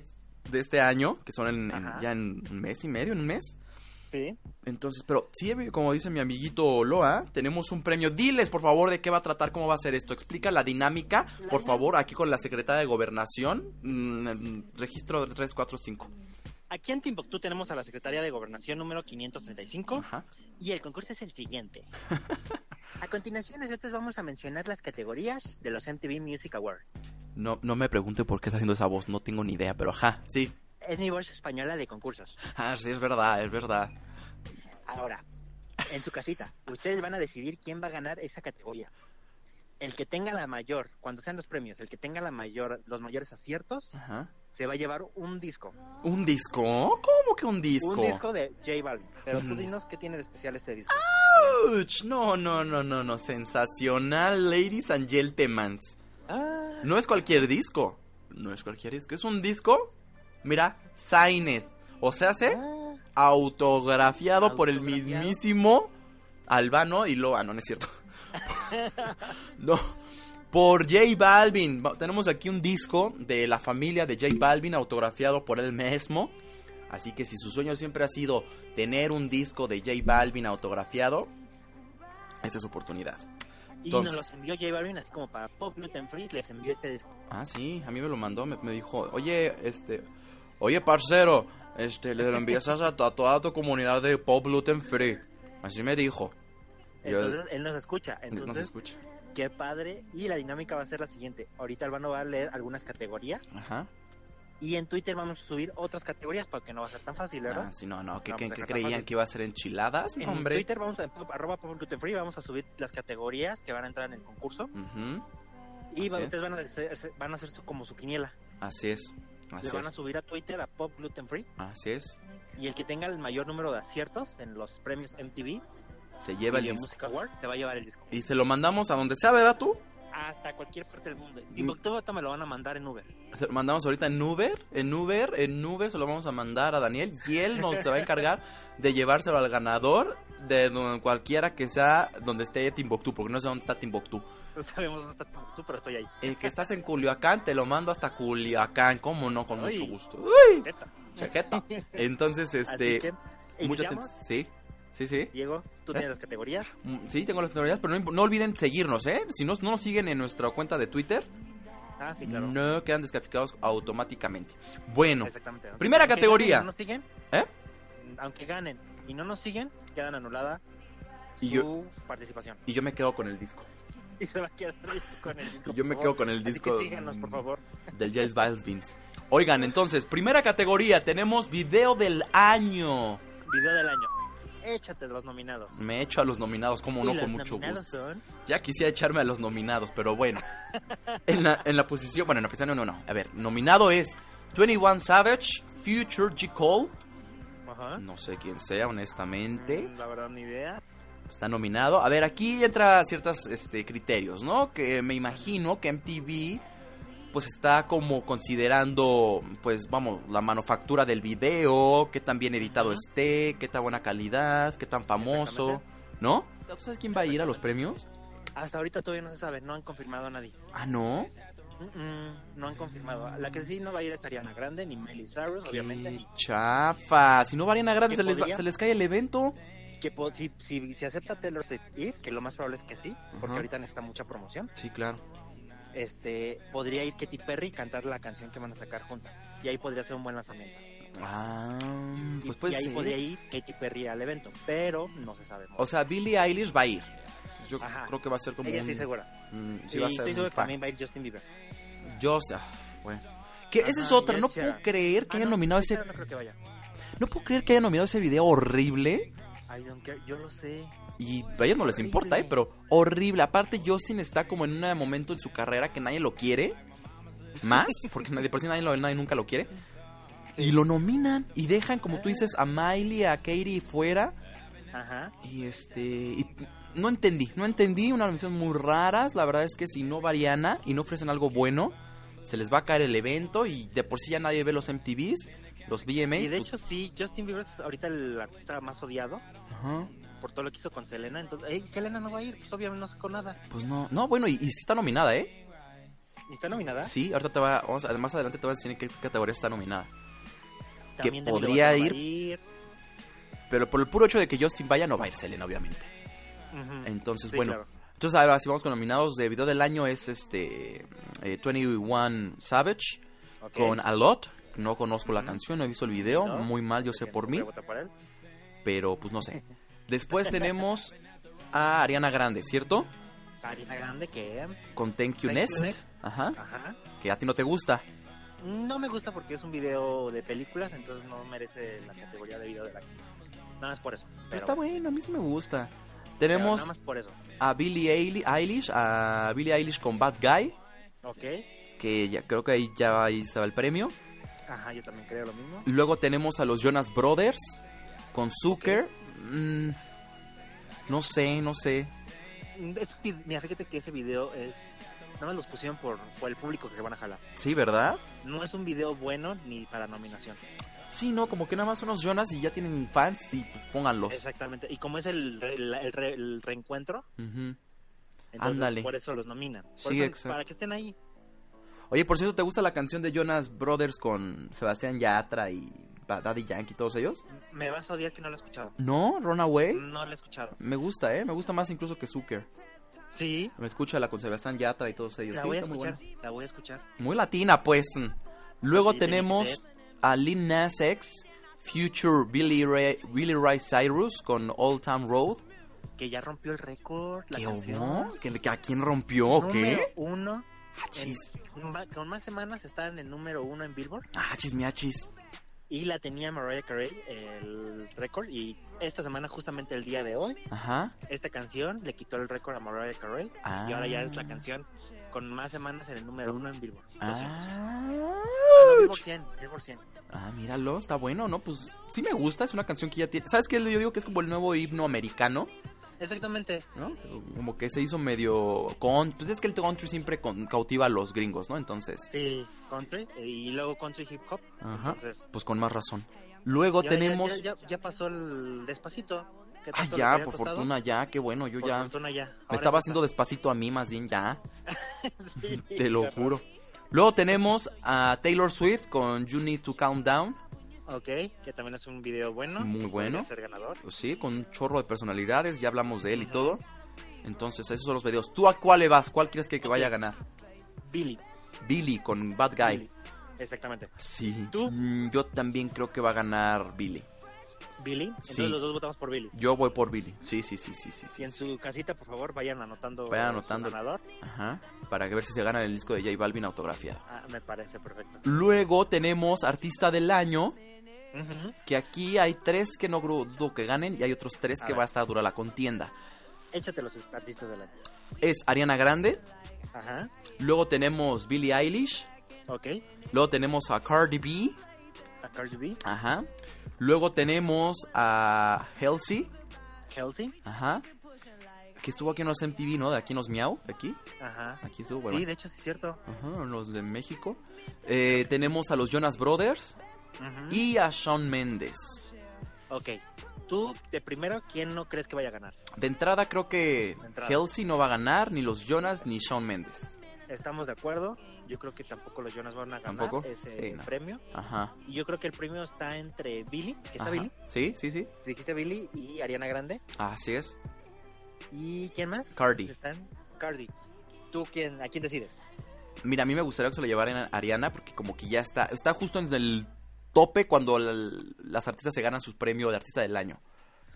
[SPEAKER 4] de este año, que son en- en-
[SPEAKER 5] Ajá.
[SPEAKER 4] ya en un mes y medio, en un mes.
[SPEAKER 5] Sí.
[SPEAKER 4] Entonces, pero sí, eh, como dice mi amiguito Loa, tenemos un premio. Diles, por favor, de qué va a tratar, cómo va a ser esto. Explica la dinámica, por favor, aquí con la secretaria de Gobernación, mm, mm, registro 345.
[SPEAKER 5] Aquí en Timbuktu tenemos a la Secretaría de Gobernación número 535.
[SPEAKER 4] Ajá.
[SPEAKER 5] Y el concurso es el siguiente. A continuación nosotros vamos a mencionar las categorías de los MTV Music Awards.
[SPEAKER 4] No, no me pregunte por qué está haciendo esa voz, no tengo ni idea, pero ajá, sí.
[SPEAKER 5] Es mi voz española de concursos.
[SPEAKER 4] Ah, sí, es verdad, es verdad.
[SPEAKER 5] Ahora, en su casita, ustedes van a decidir quién va a ganar esa categoría. El que tenga la mayor, cuando sean los premios, el que tenga la mayor, los mayores aciertos,
[SPEAKER 4] Ajá.
[SPEAKER 5] se va a llevar un disco.
[SPEAKER 4] ¿Un disco? ¿Cómo que un disco?
[SPEAKER 5] Un disco de J Balvin. Pero
[SPEAKER 4] Un
[SPEAKER 5] tú
[SPEAKER 4] disco.
[SPEAKER 5] dinos qué tiene de especial este disco.
[SPEAKER 4] Ouch, No, no, no, no, no. Sensacional, Ladies and Gentlemen.
[SPEAKER 5] Ah,
[SPEAKER 4] No es cualquier disco. No es cualquier disco. Es un disco, mira, signed. O sea, se
[SPEAKER 5] ah,
[SPEAKER 4] autografiado por el
[SPEAKER 5] Autografiado.
[SPEAKER 4] mismísimo Albano y Loa, no, no es cierto. no, por J Balvin. Va- Tenemos aquí un disco de la familia de J Balvin autografiado por él mismo. Así que si su sueño siempre ha sido tener un disco de J Balvin autografiado, esta es su oportunidad.
[SPEAKER 5] Y
[SPEAKER 4] Entonces-
[SPEAKER 5] nos los envió J Balvin así como para Pop Gluten Free, les envió este disco.
[SPEAKER 4] Ah, sí, a mí me lo mandó, me, me dijo, oye, este, oye, parcero, este, le lo envías a, a toda tu comunidad de Pop Gluten Free. Así me dijo. Yo-
[SPEAKER 5] Entonces él nos escucha.
[SPEAKER 4] no se
[SPEAKER 5] Entonces,
[SPEAKER 4] escucha.
[SPEAKER 5] qué padre. Y la dinámica va a ser la siguiente. Ahorita Albano va a leer algunas categorías
[SPEAKER 4] Ajá.
[SPEAKER 5] y en Twitter vamos a subir otras categorías porque no va a ser tan fácil, ¿verdad?
[SPEAKER 4] Ah, sí, no, no, ¿qué,
[SPEAKER 5] No,
[SPEAKER 4] qué-
[SPEAKER 5] pues
[SPEAKER 4] qué
[SPEAKER 5] acá está
[SPEAKER 4] creían
[SPEAKER 5] fácil.
[SPEAKER 4] que iba a ser enchiladas?
[SPEAKER 5] En
[SPEAKER 4] No, hombre.
[SPEAKER 5] Twitter vamos a arroba Pop Gluten Free, vamos a subir las categorías que van a entrar en el concurso
[SPEAKER 4] Ujú,
[SPEAKER 5] y va-
[SPEAKER 4] Así es.
[SPEAKER 5] ustedes van a hacer, van a hacer su- como su quiniela.
[SPEAKER 4] Así es, así
[SPEAKER 5] Le van a
[SPEAKER 4] es,
[SPEAKER 5] subir a Twitter a Pop Gluten Free
[SPEAKER 4] así es.
[SPEAKER 5] y el que tenga el mayor número de aciertos en los premios MTV
[SPEAKER 4] Se lleva el
[SPEAKER 5] y
[SPEAKER 4] disco.
[SPEAKER 5] Music Award se va a llevar el disco.
[SPEAKER 4] Y se lo mandamos a donde sea, ¿verdad tú?
[SPEAKER 5] Hasta cualquier parte del mundo. Y
[SPEAKER 4] Mm.
[SPEAKER 5] Timbuktu me lo van a mandar en Uber.
[SPEAKER 4] Se lo mandamos ahorita en Uber, en Uber, en Uber se lo vamos a mandar a Daniel y él nos se va a encargar de llevárselo al ganador de don- cualquiera que sea donde esté Timbuktu, porque no sé dónde está Timbuktu.
[SPEAKER 5] No sabemos dónde está Timbuktu, pero estoy ahí.
[SPEAKER 4] El que estás en Culiacán, te lo mando hasta Culiacán, cómo no, con
[SPEAKER 5] Ay.
[SPEAKER 4] mucho gusto.
[SPEAKER 5] Neta.
[SPEAKER 4] Chaqueta. Entonces,
[SPEAKER 5] Así
[SPEAKER 4] este,
[SPEAKER 5] que,
[SPEAKER 4] mucha
[SPEAKER 5] iniciamos.
[SPEAKER 4] atención. ¿Eh? Sí, sí, sí.
[SPEAKER 5] Diego, tú tienes las categorías.
[SPEAKER 4] Mm, Sí, tengo las teorías, pero no, imp- no olviden seguirnos, ¿eh? Si no, no nos siguen en nuestra cuenta de Twitter,
[SPEAKER 5] Ah, sí, claro.
[SPEAKER 4] no quedan descalificados automáticamente. Bueno,
[SPEAKER 5] Exactamente. Aunque
[SPEAKER 4] Primera
[SPEAKER 5] ganen y
[SPEAKER 4] categoría.
[SPEAKER 5] no nos siguen,
[SPEAKER 4] ¿Eh?
[SPEAKER 5] Aunque ganen y no nos siguen, quedan anulada
[SPEAKER 4] y
[SPEAKER 5] su
[SPEAKER 4] yo,
[SPEAKER 5] participación.
[SPEAKER 4] y yo me quedo con el disco.
[SPEAKER 5] Y se va a quedar con el disco.
[SPEAKER 4] Yo me
[SPEAKER 5] por
[SPEAKER 4] quedo
[SPEAKER 5] favor.
[SPEAKER 4] con el
[SPEAKER 5] Así
[SPEAKER 4] disco. mm.
[SPEAKER 5] que síganos, por favor.
[SPEAKER 4] del James Biles Beans. Oigan, entonces, primera categoría, tenemos video del año.
[SPEAKER 5] Video del año. Échate los nominados.
[SPEAKER 4] Me echo a los nominados, como no,
[SPEAKER 5] y los
[SPEAKER 4] con mucho
[SPEAKER 5] nominados
[SPEAKER 4] gusto.
[SPEAKER 5] son
[SPEAKER 4] Ya quisiera echarme a los nominados, pero bueno. En la, en la posición, bueno, en la posición, no, no, no. A ver, nominado es 21 Savage, Future G. Cole.
[SPEAKER 5] Ajá.
[SPEAKER 4] No sé quién sea, honestamente.
[SPEAKER 5] Mm, La verdad, ni idea.
[SPEAKER 4] Está nominado. A ver, aquí entra ciertos este, criterios, ¿no? Que me imagino que MTV pues está como considerando, pues vamos, la manufactura del video, qué tan bien editado
[SPEAKER 5] Ujú.
[SPEAKER 4] esté, qué tan buena calidad, qué tan famoso, ¿no? ¿Tú sabes quién va a ir a los premios?
[SPEAKER 5] Hasta ahorita todavía no se sabe, no han confirmado a nadie.
[SPEAKER 4] Ah, no.
[SPEAKER 5] Mm, mm, no han confirmado. La que sí no va a ir es Ariana Grande, ni Miley Cyrus, obviamente.
[SPEAKER 4] Qué
[SPEAKER 5] ni-
[SPEAKER 4] chafa. Si no varían a grandes,
[SPEAKER 5] ¿Qué
[SPEAKER 4] se les, va-
[SPEAKER 5] podría?
[SPEAKER 4] se les cae el evento.
[SPEAKER 5] Que po- si, si, si acepta Taylor Swift ir, que lo más probable es que sí, porque
[SPEAKER 4] Ajá.
[SPEAKER 5] ahorita necesita mucha promoción,
[SPEAKER 4] Sí, claro.
[SPEAKER 5] este podría ir Katy Perry y cantar la canción que van a sacar juntas. Y ahí podría ser un buen lanzamiento.
[SPEAKER 4] Ah,
[SPEAKER 5] Y-
[SPEAKER 4] pues puede
[SPEAKER 5] y ahí
[SPEAKER 4] ser.
[SPEAKER 5] podría ir Katy Perry al evento, pero no se sabe. mucho.
[SPEAKER 4] O sea, Billie Eilish va a ir. Yo
[SPEAKER 5] Ajá.
[SPEAKER 4] creo que va a ser como
[SPEAKER 5] Ella sí
[SPEAKER 4] un-
[SPEAKER 5] segura.
[SPEAKER 4] Mm, sí
[SPEAKER 5] y
[SPEAKER 4] va a ser
[SPEAKER 5] estoy
[SPEAKER 4] un
[SPEAKER 5] seguro
[SPEAKER 4] fact.
[SPEAKER 5] que también va a ir Justin Bieber.
[SPEAKER 4] Yo, sé- ah, bueno. Que esa es
[SPEAKER 5] Ajá,
[SPEAKER 4] otra,
[SPEAKER 5] y
[SPEAKER 4] no
[SPEAKER 5] Ed Sheeran.
[SPEAKER 4] puedo creer que
[SPEAKER 5] Ah,
[SPEAKER 4] haya
[SPEAKER 5] no,
[SPEAKER 4] nominado
[SPEAKER 5] Ed
[SPEAKER 4] ese
[SPEAKER 5] Sheeran No creo que vaya.
[SPEAKER 4] no puedo creer que haya nominado ese video horrible
[SPEAKER 5] I don't care, yo lo sé.
[SPEAKER 4] y a ellos no les importa, eh,
[SPEAKER 5] Horrible.
[SPEAKER 4] pero horrible. Aparte Justin está como en un momento en su carrera que nadie lo quiere. Más, porque de por sí nadie, lo- nadie nunca lo quiere. Y lo nominan y dejan como tú dices a Miley, a Katie fuera
[SPEAKER 5] Ajá.
[SPEAKER 4] y este y no entendí, no entendí, una nominación muy raras, la verdad es que si no varían y no ofrecen algo bueno, se les va a caer el evento y de por sí ya nadie ve los MTVs, los VMAs.
[SPEAKER 5] Y de
[SPEAKER 4] pues,
[SPEAKER 5] hecho sí, Justin Bieber es ahorita el artista más odiado
[SPEAKER 4] ajá,
[SPEAKER 5] por todo lo que hizo con Selena. Entonces, ey, Selena no va a ir, pues obviamente no sacó nada.
[SPEAKER 4] pues no, no, bueno, y, y sí está nominada, ¿eh?
[SPEAKER 5] ¿Y está nominada?
[SPEAKER 4] Sí, ahorita te va, vamos, a- más adelante te voy a decir en qué categoría está nominada.
[SPEAKER 5] También
[SPEAKER 4] que
[SPEAKER 5] Demi Lovato
[SPEAKER 4] podría
[SPEAKER 5] no va a
[SPEAKER 4] ir. Pero por el puro hecho de que Justin vaya, no va a ir Selena, obviamente.
[SPEAKER 5] Ujú.
[SPEAKER 4] Entonces,
[SPEAKER 5] Mm. Sí,
[SPEAKER 4] bueno,
[SPEAKER 5] claro.
[SPEAKER 4] entonces ahora si vamos con nominados de video del año es este eh, 21 Savage.
[SPEAKER 5] Ok.
[SPEAKER 4] con A Lot. No conozco la
[SPEAKER 5] Ujú.
[SPEAKER 4] canción, no he visto el video,
[SPEAKER 5] No,
[SPEAKER 4] muy mal yo sé
[SPEAKER 5] que
[SPEAKER 4] por
[SPEAKER 5] no
[SPEAKER 4] mí,
[SPEAKER 5] voy a votar por él.
[SPEAKER 4] pero pues no sé. Después tenemos a Ariana Grande, ¿cierto?
[SPEAKER 5] Ariana Grande que... ¿eh?
[SPEAKER 4] Con Thank You
[SPEAKER 5] Thank
[SPEAKER 4] Next,
[SPEAKER 5] You Next.
[SPEAKER 4] ajá,
[SPEAKER 5] Ajá.
[SPEAKER 4] que a ti no te gusta.
[SPEAKER 5] No me gusta porque es un video de películas, entonces no merece la categoría de video de la... Nada más por eso. Pero,
[SPEAKER 4] Pero está bueno, a mí sí me gusta.
[SPEAKER 5] pero Nada
[SPEAKER 4] Tenemos
[SPEAKER 5] más por eso.
[SPEAKER 4] a Billie Eili- Eilish, a Billie Eilish con Bad Guy,
[SPEAKER 5] Ok.
[SPEAKER 4] que ya creo que ahí ya ahí estaba el premio.
[SPEAKER 5] Ajá, yo también creo lo mismo.
[SPEAKER 4] Luego tenemos a los Jonas Brothers con Zucker. Mm, no sé, no sé.
[SPEAKER 5] Es, vi- mira, fíjate que ese video es... Nada más los pusieron por, por el público que van a jalar.
[SPEAKER 4] Sí, ¿verdad?
[SPEAKER 5] No es un video bueno ni para nominación.
[SPEAKER 4] Sí, no, como que nada más unos Jonas y ya tienen fans y pónganlos.
[SPEAKER 5] Exactamente. Y como es el, re- la- el re- el reencuentro,
[SPEAKER 4] Ujú.
[SPEAKER 5] entonces
[SPEAKER 4] Ándale.
[SPEAKER 5] por eso los nominan. Por
[SPEAKER 4] Sí,
[SPEAKER 5] eso,
[SPEAKER 4] exacto.
[SPEAKER 5] Para que estén ahí.
[SPEAKER 4] Oye, por cierto, ¿te gusta la canción de Jonas Brothers con Sebastián Yatra y Ba- Daddy Yankee y todos ellos?
[SPEAKER 5] Me vas a odiar que no lo he escuchado.
[SPEAKER 4] No, Runaway.
[SPEAKER 5] No lo he escuchado.
[SPEAKER 4] Me gusta, ¿eh? Me gusta más incluso que Zucker.
[SPEAKER 5] Sí,
[SPEAKER 4] Me escucha la con Sebastián Yatra y todos ellos.
[SPEAKER 5] la
[SPEAKER 4] Sí,
[SPEAKER 5] voy a
[SPEAKER 4] está muy
[SPEAKER 5] escuchar.
[SPEAKER 4] buena.
[SPEAKER 5] La voy a escuchar.
[SPEAKER 4] Muy latina, pues. Luego
[SPEAKER 5] Sí, tiene que
[SPEAKER 4] tenemos
[SPEAKER 5] ser.
[SPEAKER 4] a Lil Nas X, Future Billy Ray, Billy Ray Cyrus con Old Town Road.
[SPEAKER 5] Que ya rompió el récord. La
[SPEAKER 4] ¿Qué
[SPEAKER 5] canción.
[SPEAKER 4] hubo? ¿Que, que ¿A quién rompió o
[SPEAKER 5] Número
[SPEAKER 4] qué?
[SPEAKER 5] uno. en-
[SPEAKER 4] Achis.
[SPEAKER 5] con ma- con más semanas está en el número uno en Billboard.
[SPEAKER 4] Achis, mi achis.
[SPEAKER 5] Y la tenía Mariah Carey, el récord. Y esta semana, justamente el día de hoy,
[SPEAKER 4] Ajá.
[SPEAKER 5] esta canción le quitó el récord a Mariah Carey.
[SPEAKER 4] Ah.
[SPEAKER 5] Y ahora ya es la canción con más semanas en el número uno en Billboard. 200.
[SPEAKER 4] Ah.
[SPEAKER 5] Ah, no, Billboard 100, Billboard 100.
[SPEAKER 4] Ah, míralo, está bueno, ¿no? Pues sí me gusta, es una canción que ya tiene... ¿Sabes qué? Yo digo que es como el nuevo himno americano,
[SPEAKER 5] Exactamente.
[SPEAKER 4] ¿no? Como que se hizo medio con... Pues es que el country siempre con- cautiva a los gringos, ¿no? Entonces,
[SPEAKER 5] Sí, country. Y luego country hip hop.
[SPEAKER 4] Ajá.
[SPEAKER 5] Entonces,
[SPEAKER 4] pues con más razón. Luego
[SPEAKER 5] ya- ya-
[SPEAKER 4] tenemos...
[SPEAKER 5] Ya, ya- ya pasó el despacito. que
[SPEAKER 4] Ah,
[SPEAKER 5] tanto les
[SPEAKER 4] ya,
[SPEAKER 5] había
[SPEAKER 4] por
[SPEAKER 5] costado.
[SPEAKER 4] fortuna, ya, qué bueno, yo
[SPEAKER 5] Por
[SPEAKER 4] ya...
[SPEAKER 5] fortuna ya.
[SPEAKER 4] Me
[SPEAKER 5] Ahora
[SPEAKER 4] estaba
[SPEAKER 5] es
[SPEAKER 4] haciendo despacito a mí más bien, ya.
[SPEAKER 5] esta. Sí,
[SPEAKER 4] Te lo
[SPEAKER 5] claro.
[SPEAKER 4] juro. Luego tenemos a Taylor Swift con You Need to Calm Down.
[SPEAKER 5] Ok, que también es un video bueno.
[SPEAKER 4] Muy
[SPEAKER 5] que
[SPEAKER 4] bueno.
[SPEAKER 5] podría ser ganador.
[SPEAKER 4] Pues sí, con un chorro de personalidades, ya hablamos de él y
[SPEAKER 5] Ajá.
[SPEAKER 4] todo. Entonces, esos son los videos. ¿Tú a cuál le vas? ¿Cuál crees que, que vaya a ganar?
[SPEAKER 5] Billy.
[SPEAKER 4] Billy con Bad Guy.
[SPEAKER 5] Billy. Exactamente.
[SPEAKER 4] Sí.
[SPEAKER 5] ¿Tú?
[SPEAKER 4] Mm, Yo también creo que va a ganar Billy.
[SPEAKER 5] Billy. Entonces
[SPEAKER 4] Sí.
[SPEAKER 5] los dos votamos por Billy.
[SPEAKER 4] Yo voy por Billy. Sí, sí, sí, sí, sí.
[SPEAKER 5] Y
[SPEAKER 4] sí.
[SPEAKER 5] en su casita, por favor, vayan anotando
[SPEAKER 4] Vayan
[SPEAKER 5] su
[SPEAKER 4] anotando.
[SPEAKER 5] ganador.
[SPEAKER 4] Ajá. Para ver si se gana el disco de J Balvin autografiado.
[SPEAKER 5] Ah, me parece perfecto.
[SPEAKER 4] Luego tenemos Artista del Año,
[SPEAKER 5] Ujú.
[SPEAKER 4] que aquí hay tres que no dudo que ganen y hay otros tres
[SPEAKER 5] A
[SPEAKER 4] que
[SPEAKER 5] ver.
[SPEAKER 4] va a estar dura la contienda.
[SPEAKER 5] Échate los artistas del año.
[SPEAKER 4] Es Ariana Grande,
[SPEAKER 5] Ajá.
[SPEAKER 4] luego tenemos Billie Eilish,
[SPEAKER 5] Ok.
[SPEAKER 4] luego tenemos a Cardi B,
[SPEAKER 5] A Cardi B.
[SPEAKER 4] ajá. Luego tenemos a Halsey,
[SPEAKER 5] Kelsey.
[SPEAKER 4] ajá. Que estuvo aquí en los MTV, ¿no? De aquí en los Miau, de aquí.
[SPEAKER 5] Ajá.
[SPEAKER 4] Aquí estuvo, bueno.
[SPEAKER 5] Sí, de hecho sí es cierto.
[SPEAKER 4] Ajá, los de México. Eh, tenemos a los Jonas Brothers
[SPEAKER 5] Ujú.
[SPEAKER 4] y a Shawn Mendes.
[SPEAKER 5] Ok. Tú, de primero, ¿quién no crees que vaya a ganar?
[SPEAKER 4] De entrada creo que
[SPEAKER 5] De entrada.
[SPEAKER 4] Kelsey no va a ganar, ni los Jonas ni Shawn Mendes.
[SPEAKER 5] Estamos de acuerdo. Yo creo que tampoco los Jonas van a ganar
[SPEAKER 4] ¿Tampoco?
[SPEAKER 5] ese
[SPEAKER 4] Sí, no.
[SPEAKER 5] premio.
[SPEAKER 4] Ajá.
[SPEAKER 5] Y yo creo que el premio está entre Billy, que está
[SPEAKER 4] ajá.
[SPEAKER 5] Billy,
[SPEAKER 4] Sí, sí, sí.
[SPEAKER 5] dijiste Billy y Ariana Grande.
[SPEAKER 4] Así es.
[SPEAKER 5] ¿Y quién más?
[SPEAKER 4] Cardi.
[SPEAKER 5] Están Cardi. ¿Tú quién, a quién decides?
[SPEAKER 4] Mira, a mí me gustaría que se lo llevaran a Ariana porque como que ya está, está justo en el tope cuando la- las artistas se ganan su premio de artista del año.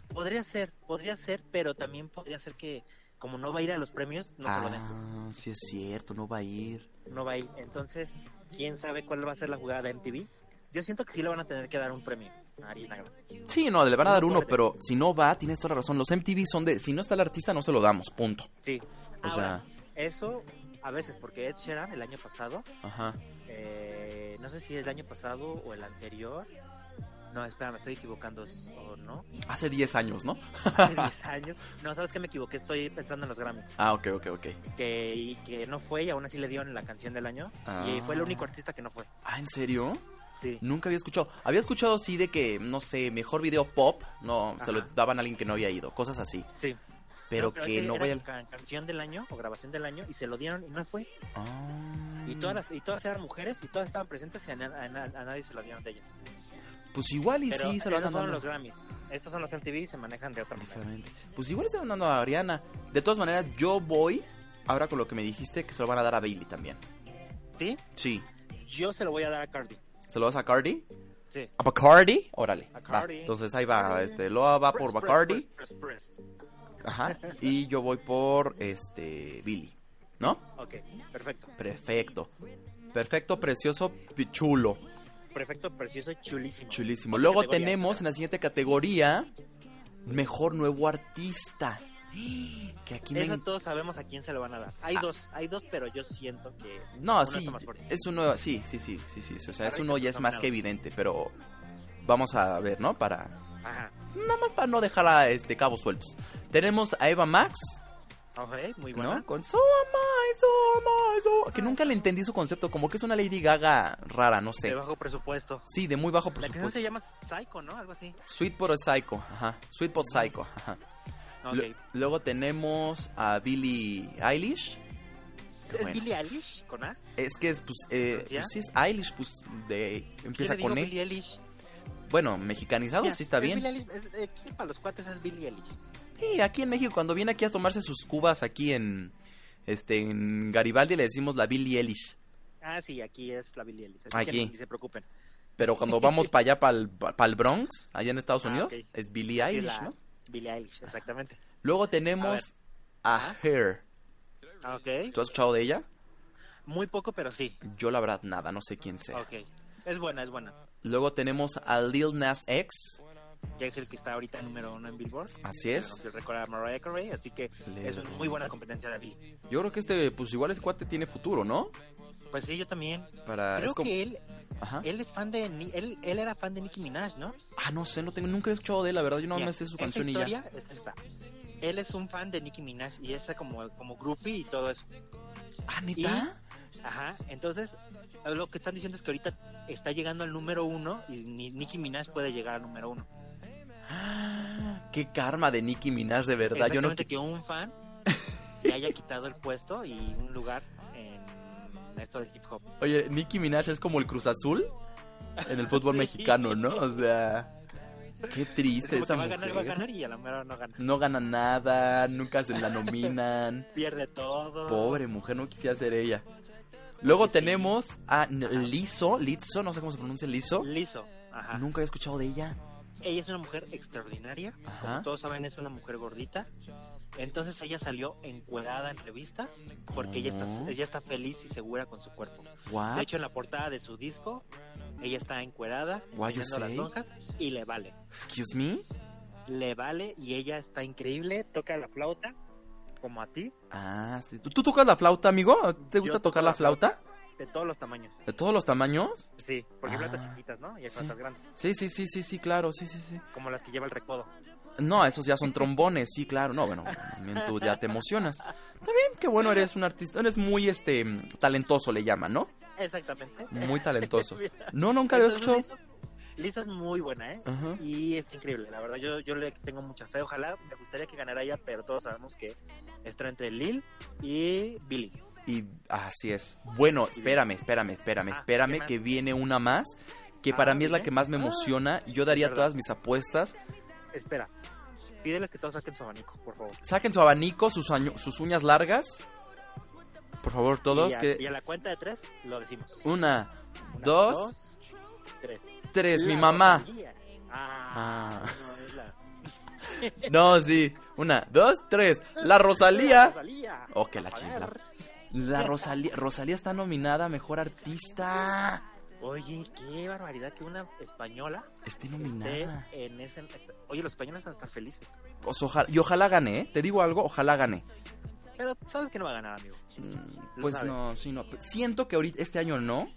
[SPEAKER 5] Podría ser, podría ser, pero también podría ser que como no va a ir a los premios, no se lo den.
[SPEAKER 4] ah, sí es cierto, no va a ir.
[SPEAKER 5] No va a ir. Entonces, ¿quién sabe cuál va a ser la jugada de MTV? Yo siento que sí le van a tener que dar un premio a Ariana Grande.
[SPEAKER 4] Sí, no, le van a dar uno,
[SPEAKER 5] Fuerte.
[SPEAKER 4] pero si no va, tienes toda la razón. Los MTV son de, si no está el artista, no se lo damos, punto.
[SPEAKER 5] Sí.
[SPEAKER 4] O
[SPEAKER 5] Ahora,
[SPEAKER 4] sea,
[SPEAKER 5] eso a veces, porque Ed Sheeran el año pasado,
[SPEAKER 4] ajá.
[SPEAKER 5] eh, no sé si el año pasado o el anterior. No, espera, me estoy equivocando ¿s- o no.
[SPEAKER 4] Hace 10 años, ¿no?
[SPEAKER 5] Hace 10 años. No, sabes que me equivoqué, estoy pensando en los Grammys.
[SPEAKER 4] Ah, ok, ok, ok.
[SPEAKER 5] que, y que no fue y aún así le dieron la canción del año. Y
[SPEAKER 4] Ah.
[SPEAKER 5] fue el único artista que no fue.
[SPEAKER 4] Ah, ¿en serio?
[SPEAKER 5] Sí.
[SPEAKER 4] Nunca había escuchado. Había escuchado, sí, de que, no sé, mejor video pop, no, se lo
[SPEAKER 5] Ajá.
[SPEAKER 4] daban a alguien que no había ido, cosas así.
[SPEAKER 5] Sí.
[SPEAKER 4] Pero
[SPEAKER 5] No,
[SPEAKER 4] que
[SPEAKER 5] ese
[SPEAKER 4] no
[SPEAKER 5] era
[SPEAKER 4] vaya...
[SPEAKER 5] ca- canción del año o grabación del año y se lo dieron y no fue.
[SPEAKER 4] Ah.
[SPEAKER 5] Y todas las- y todas eran mujeres y todas estaban presentes y a, na- a na- a nadie se lo dieron de ellas.
[SPEAKER 4] Pues igual y
[SPEAKER 5] Pero
[SPEAKER 4] sí, se lo
[SPEAKER 5] esos
[SPEAKER 4] andan
[SPEAKER 5] fueron
[SPEAKER 4] dando.
[SPEAKER 5] los Grammys. Estos son los MTV y se manejan de otra manera.
[SPEAKER 4] Diferente. Pues igual y se lo andan dando a Ariana. De todas maneras, yo voy, ahora con lo que me dijiste, que se lo van a dar a Bailey también.
[SPEAKER 5] ¿Sí?
[SPEAKER 4] Sí.
[SPEAKER 5] Yo se lo voy a dar a Cardi.
[SPEAKER 4] ¿Se lo das a Cardi?
[SPEAKER 5] Sí.
[SPEAKER 4] ¿A Bacardi? Órale.
[SPEAKER 5] A
[SPEAKER 4] va.
[SPEAKER 5] Cardi.
[SPEAKER 4] Entonces ahí va, este, Loa va por
[SPEAKER 5] Press,
[SPEAKER 4] Bacardi.
[SPEAKER 5] press, press, press, press.
[SPEAKER 4] Ajá. Y yo voy por este Billy. ¿No?
[SPEAKER 5] Ok, perfecto.
[SPEAKER 4] Perfecto. Perfecto, precioso, pi- chulo.
[SPEAKER 5] Perfecto, precioso, chulísimo.
[SPEAKER 4] Chulísimo.
[SPEAKER 5] Otra
[SPEAKER 4] Luego
[SPEAKER 5] categoría,
[SPEAKER 4] tenemos en
[SPEAKER 5] espera.
[SPEAKER 4] la siguiente categoría Mejor Nuevo Artista. Que aquí me...
[SPEAKER 5] Eso
[SPEAKER 4] en-
[SPEAKER 5] todos sabemos a quién se lo van a dar. Hay
[SPEAKER 4] Ah.
[SPEAKER 5] dos, hay dos, pero yo siento que
[SPEAKER 4] No,
[SPEAKER 5] uno
[SPEAKER 4] sí,
[SPEAKER 5] está más fuerte.
[SPEAKER 4] es uno, sí, sí, sí, sí, sí, o sea, es
[SPEAKER 5] Ahorita
[SPEAKER 4] uno ya
[SPEAKER 5] estamos
[SPEAKER 4] es más que evidente, pero vamos a ver, ¿no? Para, nada
[SPEAKER 5] Ajá.
[SPEAKER 4] más para no dejar a este cabos sueltos. Tenemos a Eva Max,
[SPEAKER 5] Ok, muy buena.
[SPEAKER 4] ¿No? Con So am I, so am I, so- Que nunca le entendí su concepto, como que es una Lady Gaga rara, no
[SPEAKER 5] De
[SPEAKER 4] sé.
[SPEAKER 5] bajo presupuesto.
[SPEAKER 4] Sí, de muy bajo
[SPEAKER 5] La canción
[SPEAKER 4] presupuesto.
[SPEAKER 5] se llama Psycho, ¿no? Algo así.
[SPEAKER 4] Sweet Pot Psycho, ajá. Sweet Pot Psycho, ajá.
[SPEAKER 5] Ok.
[SPEAKER 4] Lu- Luego tenemos a Billie Eilish.
[SPEAKER 5] ¿Es
[SPEAKER 4] qué bueno.
[SPEAKER 5] Billie Eilish con A?
[SPEAKER 4] Es que es, pues, eh,
[SPEAKER 5] ¿Ya?
[SPEAKER 4] pues sí es Eilish, pues, de, empieza
[SPEAKER 5] ¿Quién le
[SPEAKER 4] con
[SPEAKER 5] dijo
[SPEAKER 4] E.
[SPEAKER 5] Billie Eilish?
[SPEAKER 4] Bueno, mexicanizado,
[SPEAKER 5] Mira,
[SPEAKER 4] sí está
[SPEAKER 5] es
[SPEAKER 4] bien.
[SPEAKER 5] Billie Eilish, es- eh, aquí para los cuates es Billie Eilish.
[SPEAKER 4] Sí, aquí en México, cuando viene aquí a tomarse sus cubas aquí en, este, en Garibaldi, le decimos la Billie Eilish.
[SPEAKER 5] Ah, sí, aquí es la Billie Eilish. Así
[SPEAKER 4] Aquí.
[SPEAKER 5] que ni se preocupen.
[SPEAKER 4] Pero cuando vamos para allá, para el Bronx, allá en Estados
[SPEAKER 5] Ah,
[SPEAKER 4] Unidos,
[SPEAKER 5] ok.
[SPEAKER 4] es Billie
[SPEAKER 5] Sí,
[SPEAKER 4] Eilish,
[SPEAKER 5] la-
[SPEAKER 4] ¿no?
[SPEAKER 5] Billie Eilish, exactamente.
[SPEAKER 4] Luego tenemos a,
[SPEAKER 5] Ajá.
[SPEAKER 4] Her.
[SPEAKER 5] Ah, Ok.
[SPEAKER 4] ¿Tú has escuchado de ella?
[SPEAKER 5] Muy poco, pero sí.
[SPEAKER 4] Yo, la verdad, nada, no sé quién sea.
[SPEAKER 5] Ok. Es buena, es buena.
[SPEAKER 4] Luego tenemos a Lil Nas X.
[SPEAKER 5] Ya es el que está ahorita número uno en Billboard.
[SPEAKER 4] Así es.
[SPEAKER 5] Yo recuerdo a Mariah Carey, así que
[SPEAKER 4] Le-
[SPEAKER 5] es una muy buena competencia de Billie.
[SPEAKER 4] Yo creo que este, pues igual ese cuate tiene futuro, ¿no?
[SPEAKER 5] Pues sí, yo también.
[SPEAKER 4] Para,
[SPEAKER 5] Creo
[SPEAKER 4] Ah, es como-
[SPEAKER 5] que él,
[SPEAKER 4] Ajá.
[SPEAKER 5] él es fan de... Ni- Él, él era fan de Nicki Minaj, ¿no?
[SPEAKER 4] Ah, no sé, no tengo, nunca he escuchado de él, la verdad. Yo no
[SPEAKER 5] Mira,
[SPEAKER 4] me sé su
[SPEAKER 5] esa
[SPEAKER 4] canción y ya.
[SPEAKER 5] historia es esta. Él es un fan de Nicki Minaj y está como, como groupie y todo eso.
[SPEAKER 4] Ah, neta.
[SPEAKER 5] Ajá, entonces lo que están diciendo es que ahorita está llegando al número uno y ni Nicki Minaj puede llegar al número uno.
[SPEAKER 4] Qué karma de Nicki Minaj, de verdad. Yo no
[SPEAKER 5] Exactamente que un fan le haya quitado el puesto y un lugar en esto del hip hop.
[SPEAKER 4] Oye, Nicki Minaj es como el Cruz Azul en el fútbol
[SPEAKER 5] Sí.
[SPEAKER 4] mexicano, ¿no? O sea, qué
[SPEAKER 5] Es
[SPEAKER 4] triste
[SPEAKER 5] como que
[SPEAKER 4] esa
[SPEAKER 5] va a
[SPEAKER 4] mujer.
[SPEAKER 5] ganar, va a ganar y a la mera no gana.
[SPEAKER 4] No gana nada, nunca se la nominan.
[SPEAKER 5] Pierde todo.
[SPEAKER 4] Pobre mujer, no quisiera ser ella. Luego
[SPEAKER 5] Sí.
[SPEAKER 4] tenemos a N- Lizzo, Lizzo, no sé cómo se pronuncia Lizzo.
[SPEAKER 5] Liso. Ajá.
[SPEAKER 4] Nunca había escuchado de ella.
[SPEAKER 5] Ella es una mujer extraordinaria.
[SPEAKER 4] Ajá.
[SPEAKER 5] Como todos saben, es una mujer gordita. Entonces ella salió encuerada en revistas porque ella está,
[SPEAKER 4] ¿Cómo? Ah.
[SPEAKER 5] ella está feliz y segura con su cuerpo.
[SPEAKER 4] What?
[SPEAKER 5] De hecho, en la portada de su disco, ella está encuerada,
[SPEAKER 4] What you
[SPEAKER 5] enseñando las
[SPEAKER 4] say?
[SPEAKER 5] lonjas, y le vale.
[SPEAKER 4] Excuse me.
[SPEAKER 5] Le vale, y ella está increíble, toca la flauta, como a ti,
[SPEAKER 4] Ah, sí. ¿Tú, tú tocas la flauta, amigo? ¿Te
[SPEAKER 5] Yo
[SPEAKER 4] gusta
[SPEAKER 5] toco
[SPEAKER 4] tocar la
[SPEAKER 5] la
[SPEAKER 4] flauta?
[SPEAKER 5] de todos los tamaños.
[SPEAKER 4] ¿De todos los tamaños?
[SPEAKER 5] Sí, porque hay flautas
[SPEAKER 4] Ah.
[SPEAKER 5] chiquitas, ¿no? Y hay
[SPEAKER 4] Sí.
[SPEAKER 5] flautas grandes,
[SPEAKER 4] Sí, sí, sí, sí, sí, claro, sí, sí, sí.
[SPEAKER 5] como las que lleva el recodo.
[SPEAKER 4] No, esos ya son trombones, sí, claro. No, bueno, también tú ya te emocionas. También, qué bueno, eres un artista, eres muy, este, mm, talentoso le llaman, ¿no?
[SPEAKER 5] Exactamente.
[SPEAKER 4] Muy talentoso. No, nunca había
[SPEAKER 5] Entonces,
[SPEAKER 4] escuchado.
[SPEAKER 5] Lizzo- Lizzo es muy buena, ¿eh?
[SPEAKER 4] Ajá.
[SPEAKER 5] Y es increíble, la verdad, yo, yo le tengo mucha fe. Ojalá, me gustaría que ganara ella, pero todos sabemos que está entre Lil y Billy.
[SPEAKER 4] Y así es. Bueno, espérame, espérame, espérame,
[SPEAKER 5] Ah,
[SPEAKER 4] espérame,
[SPEAKER 5] ¿qué más?
[SPEAKER 4] que viene una más, que
[SPEAKER 5] Ah,
[SPEAKER 4] para mí es la
[SPEAKER 5] dime.
[SPEAKER 4] que más me
[SPEAKER 5] Ah,
[SPEAKER 4] emociona. y Yo daría
[SPEAKER 5] verdad.
[SPEAKER 4] todas mis apuestas.
[SPEAKER 5] Espera, pídeles que todos saquen su abanico, por favor.
[SPEAKER 4] Saquen su abanico, sus, año- sus uñas largas. Por favor, todos,
[SPEAKER 5] y, a, y
[SPEAKER 4] que...
[SPEAKER 5] a la cuenta de tres lo decimos.
[SPEAKER 4] Una,
[SPEAKER 5] Una,
[SPEAKER 4] dos,
[SPEAKER 5] tres.
[SPEAKER 4] tres, mi
[SPEAKER 5] La
[SPEAKER 4] mamá.
[SPEAKER 5] lotería.
[SPEAKER 4] Ah.
[SPEAKER 5] Ah, no, es la-
[SPEAKER 4] No, sí. Una, dos, tres. La
[SPEAKER 5] la
[SPEAKER 4] Rosalía.
[SPEAKER 5] Rosalía.
[SPEAKER 4] Oh, que la
[SPEAKER 5] A ver.
[SPEAKER 4] chifla. La Rosalía, Rosalía está nominada a Mejor Artista.
[SPEAKER 5] Oye, qué barbaridad que una española
[SPEAKER 4] Esté
[SPEAKER 5] esté
[SPEAKER 4] nominada.
[SPEAKER 5] en ese. est- Oye, los españoles van a estar felices.
[SPEAKER 4] Pues oja- y ojalá gane, ¿eh? Te digo algo, ojalá gane.
[SPEAKER 5] Pero sabes que no va a ganar, amigo.
[SPEAKER 4] Mm,
[SPEAKER 5] Lo
[SPEAKER 4] Pues
[SPEAKER 5] sabes.
[SPEAKER 4] no, sí, no. Siento que ahorita, este año no,